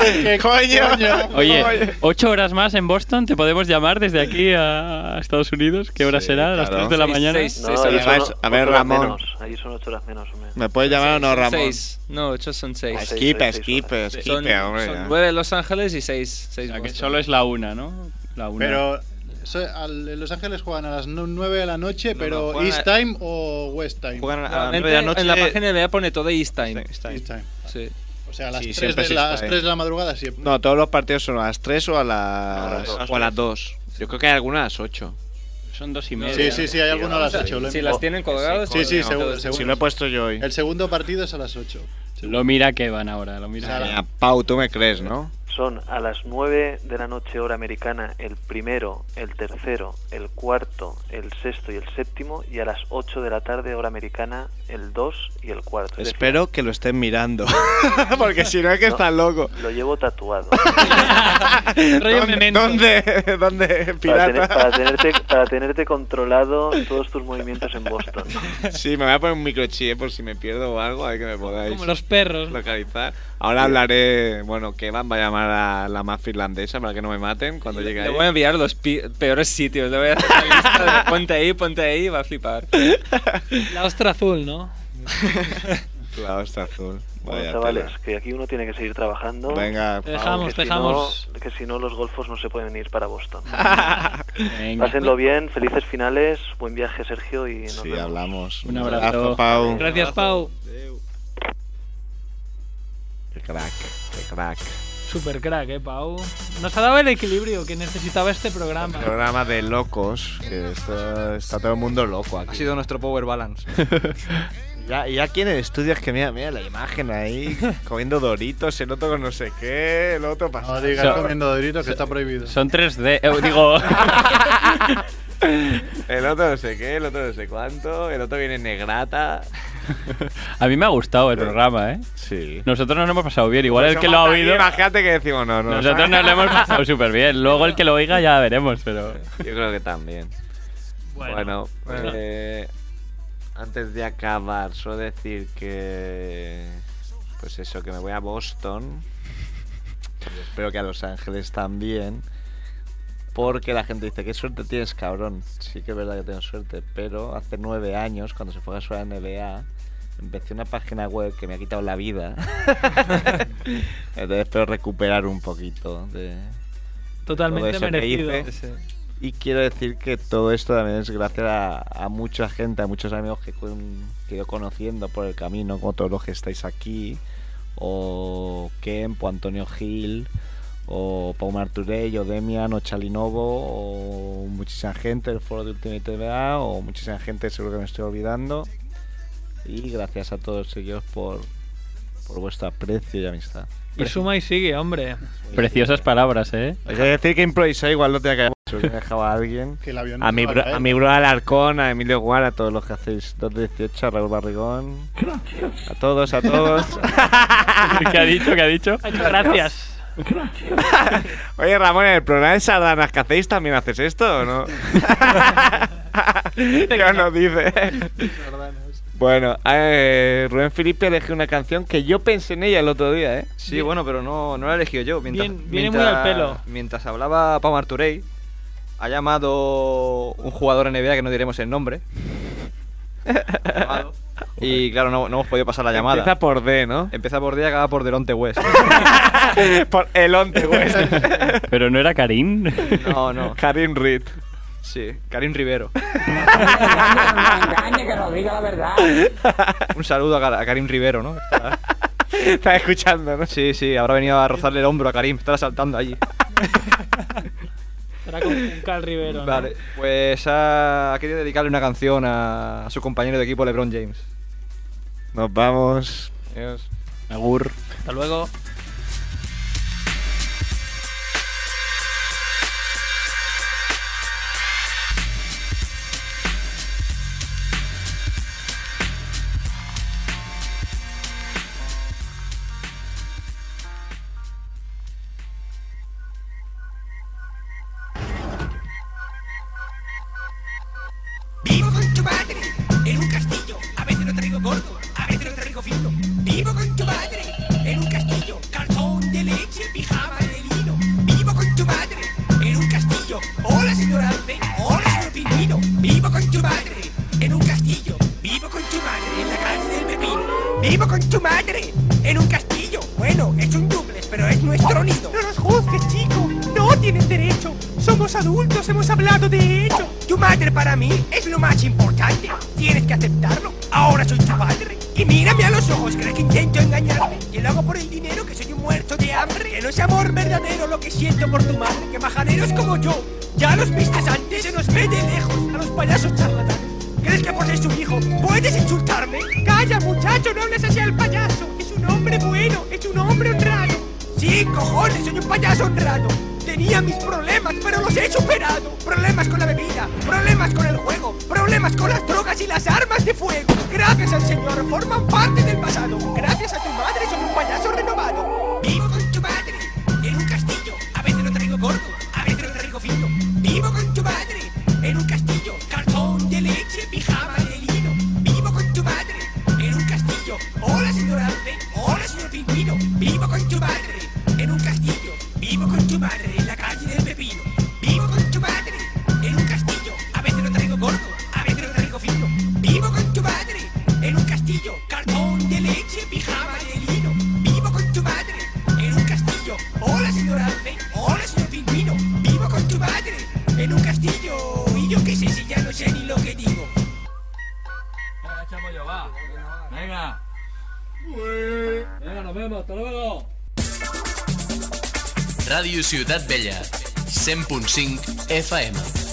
Speaker 8: ¿Qué <laughs> coño?
Speaker 6: Oye, ocho horas más en Boston, te podemos llamar desde aquí a Estados Unidos. ¿qué hora será? ¿A las
Speaker 8: claro.
Speaker 6: 3 de la
Speaker 8: Seis,
Speaker 6: mañana?
Speaker 8: seis, seis horas.
Speaker 17: ahí son
Speaker 8: Además, a ver,
Speaker 17: ocho horas
Speaker 8: Ramón.
Speaker 17: menos, ahí son 8 horas menos, hombre.
Speaker 8: ¿Me puedes llamar o no, Ramón?
Speaker 5: Seis. No, ocho son seis.
Speaker 8: Seis, Esquipa, seis, seis esquipa, horas. esquipa,
Speaker 5: Son,
Speaker 8: hombre,
Speaker 5: son
Speaker 8: ya.
Speaker 5: nueve Los Ángeles y seis, seis
Speaker 6: que
Speaker 5: Boston.
Speaker 6: solo es la una, ¿no? La una.
Speaker 4: Pero so- al- en Los Ángeles juegan a las 9 de la noche,
Speaker 5: no,
Speaker 4: pero
Speaker 5: juegan
Speaker 4: East
Speaker 5: a-
Speaker 4: Time o West Time.
Speaker 8: Ah,
Speaker 5: Normalmente En la página NBA pone todo East Time.
Speaker 4: East Time.
Speaker 5: Sí.
Speaker 4: O sea, a las,
Speaker 8: Sí,
Speaker 4: 3,
Speaker 8: siempre
Speaker 4: de
Speaker 8: sí
Speaker 4: la,
Speaker 8: está,
Speaker 4: las
Speaker 8: eh.
Speaker 4: 3 de la madrugada siempre.
Speaker 8: No, todos los partidos son a las 3 o a las,
Speaker 4: A las
Speaker 8: o a las 2. Yo creo que hay alguna a las 8.
Speaker 6: Son dos y
Speaker 4: Sí, sí, sí, hay alguno a
Speaker 6: Ah,
Speaker 4: las 8.
Speaker 5: Si
Speaker 6: Oh,
Speaker 5: las tienen colgadas,
Speaker 4: Sí, sí, seguro.
Speaker 8: Si
Speaker 4: seguro.
Speaker 8: lo he puesto yo hoy.
Speaker 4: El segundo partido es a las 8.
Speaker 6: Lo mira que van ahora, lo mira.
Speaker 8: Mira, Eh, Pau, tú me crees, ¿no?
Speaker 17: Son a las 9 de la noche hora americana el primero, el tercero, el cuarto, el sexto y el séptimo y a las 8 de la tarde hora americana el 2 y el cuarto. Es decir,
Speaker 8: Espero que lo estén mirando. <laughs> Porque si no es que
Speaker 17: No.
Speaker 8: estás <laughs> loco.
Speaker 17: lo llevo tatuado.
Speaker 8: ¿Dónde, ¿Dónde? ¿Dónde?
Speaker 17: Para, tener-
Speaker 8: Pirata.
Speaker 17: para tenerte, para tenerte controlado todos tus movimientos en Boston.
Speaker 8: Sí, me voy a poner un microchip eh, por si me pierdo o algo, hay que me podáis.
Speaker 3: Como los perros.
Speaker 8: Localizar. Ahora hablaré. Bueno, Kevin va a llamar a la más finlandesa para que no me maten cuando llegue
Speaker 5: Le
Speaker 8: ahí.
Speaker 5: voy a enviar los pi- peores sitios. Le voy a hacer una lista de ponte ahí, ponte ahí, va a flipar.
Speaker 3: La ostra azul, ¿no?
Speaker 8: La ostra azul.
Speaker 17: Bueno,
Speaker 8: Vaya
Speaker 17: chavales,
Speaker 8: tela.
Speaker 17: que aquí uno tiene que seguir trabajando.
Speaker 8: Venga, Te dejamos,
Speaker 17: que
Speaker 8: te
Speaker 17: si no-
Speaker 8: dejamos.
Speaker 17: que si no, los golfos no se pueden ir para Boston.
Speaker 8: <laughs> Venga.
Speaker 17: Pásenlo bien, felices finales, buen viaje, Sergio, y nos
Speaker 8: Sí,
Speaker 17: vemos.
Speaker 8: hablamos.
Speaker 17: Un abrazo.
Speaker 8: Pau.
Speaker 3: Gracias, Pau.
Speaker 8: Qué crack, qué crack.
Speaker 3: Super crack, eh, Pau. Nos ha dado el equilibrio que necesitaba este programa.
Speaker 8: Programa de locos, que está, está todo el mundo loco aquí.
Speaker 20: Ha sido nuestro power balance.
Speaker 8: <laughs> Ya, ya aquí en el estudio es que mira, mira la imagen ahí, comiendo doritos, el otro con no sé qué, el otro pasando.
Speaker 4: No digas comiendo doritos, que está prohibido.
Speaker 21: Son 3D, eh, digo. <laughs>
Speaker 16: El otro no sé qué, el otro no sé cuánto, el otro viene negrata.
Speaker 21: A mí me ha gustado el programa, ¿eh?
Speaker 8: Sí.
Speaker 21: Nosotros nos lo hemos pasado bien.
Speaker 4: Pues
Speaker 21: Igual
Speaker 8: pues
Speaker 21: el que lo ha
Speaker 16: Somos aquí,
Speaker 21: oído.
Speaker 16: Imagínate que decimos no, no.
Speaker 21: Nosotros nos lo hemos pasado súper bien. Luego el que lo oiga ya veremos, pero.
Speaker 16: Yo creo que también. Bueno,
Speaker 21: bueno.
Speaker 16: eh, antes de acabar, solo decir que. Pues eso, que me voy a Boston.
Speaker 8: Y Espero que a Los Ángeles también. Porque la gente dice, qué suerte tienes, cabrón. Sí que es verdad que tengo suerte, pero hace nueve años, cuando se fue a su NBA, empecé una página web que me ha quitado la vida. <laughs> Entonces espero recuperar un poquito de...
Speaker 3: Totalmente
Speaker 8: todo eso que
Speaker 3: merecido.
Speaker 8: hice. Y quiero decir que todo esto también es gracias a, a mucha gente, a muchos amigos que, con- que he ido conociendo por el camino, como todos los que estáis aquí, o Kemp, o Antonio Gil, o Pau Marturell, o Demian, o Chalinovo, o muchísima gente del foro de Ultimate TVA, o muchísima gente seguro que me estoy olvidando. Y gracias a todos ellos por, por vuestro aprecio y amistad.
Speaker 3: Y suma y sigue, hombre.
Speaker 21: Preciosas palabras, ¿eh?
Speaker 8: Os voy a decir que improvisé, igual no tenía que haber hecho, que dejaba a alguien.
Speaker 4: Que el avión
Speaker 8: A
Speaker 4: no
Speaker 8: mi,
Speaker 4: se va a
Speaker 8: bro,
Speaker 4: caer.
Speaker 8: a mi bro Alarcón, a Emilio Guar, a todos los que hacéis 218, a Raúl Barrigón. A todos, a todos.
Speaker 20: <laughs>
Speaker 21: <laughs> ¿Qué ha dicho? ¿Qué ha dicho?
Speaker 3: Gracias.
Speaker 16: Oye, Ramón, en el programa de sardanas que hacéis también haces esto, ¿o no?
Speaker 20: <laughs>
Speaker 16: ya nos dice.
Speaker 8: bueno, eh, Rubén Felipe eligió una canción que yo pensé en ella el otro día, ¿eh?
Speaker 20: Sí, bueno, pero no, no la he elegido yo. Mientras,
Speaker 3: Bien- viene muy al pelo.
Speaker 20: Mientras hablaba Pau Marturey, ha llamado un jugador NBA que no diremos el nombre. Ha llamado. y claro, no, no hemos podido pasar la llamada. Em,
Speaker 16: Empieza por D, ¿no?
Speaker 20: Empieza por D y acaba por Delonte West.
Speaker 16: por Elonte West.
Speaker 21: Pero no era Karim.
Speaker 20: No, no.
Speaker 16: Karim Reed.
Speaker 20: Sí, Karim Rivero.
Speaker 9: Engañe, que nos diga la verdad.
Speaker 20: Un saludo a, Car- a Karim Rivero, ¿no?
Speaker 16: Estás escuchando, ¿no?
Speaker 20: Sí, sí, habrá venido a rozarle el hombro a Karim. Estará saltando allí.
Speaker 3: Estará con Cal Rivero. ¿no?
Speaker 20: Vale, pues ha, ha querido dedicarle una canción a, a su compañero de equipo LeBron James.
Speaker 8: Nos vamos.
Speaker 20: Adiós.
Speaker 21: Agur.
Speaker 3: Hasta luego.
Speaker 22: Vivo con tu madre en un castillo. A veces lo traigo gordo, a veces lo traigo fino. Vivo con tu madre en un castillo. Calzón de leche, pijama de lino. Vivo con tu madre en un castillo. Hola, señor Alce. Hola, señor Pingüino. Vivo con tu madre en un castillo. Vivo con tu madre en la calle del pepino. Vivo con tu madre en un castillo. Bueno, es un duplex, pero es nuestro nido. No nos juzgues, chico. No tienes derecho. Somos adultos, hemos hablado de ello. Tu madre para mí es lo más importante. Tienes que aceptarlo. Ahora soy tu padre. Y mírame a los ojos, ¿crees que intento engañarme? Que lo hago por el dinero, que soy un muerto de hambre. Que no es amor verdadero lo que siento por tu madre. Que majaneros como yo, ya los viste antes, se nos ve de lejos. A los payasos charlatanes. ¿Crees que por ser su hijo puedes insultarme? Calla, muchacho, no hables así al payaso. Es un hombre bueno, es un hombre honrado. Sí, cojones, soy un payaso honrado. Tenía mis problemas, pero los he superado. Problemas con la bebida, problemas con el juego, problemas con las drogas y las armas de fuego. Gracias al Señor, forman parte del pasado. Gracias a tu madre, soy un payaso renovado. Vivo con tu madre en un castillo. A veces lo traigo gordo, a veces lo traigo fino. Vivo con tu madre en un castillo. Cartón de leche, pijama de lino. Vivo con tu madre en un castillo. Hola, señor Alce. Hola, señor Pingüino. Vivo con tu madre en un castillo. Vivo con tu madre en la calle del Pepino. Vivo con tu madre en un castillo. A veces lo traigo gordo, a veces lo traigo fino. Vivo con tu madre en un castillo. Cartón de leche, pijama de lino.
Speaker 3: vemos, hasta luego.
Speaker 2: Radio Ciutat Vella, 100.5 FM.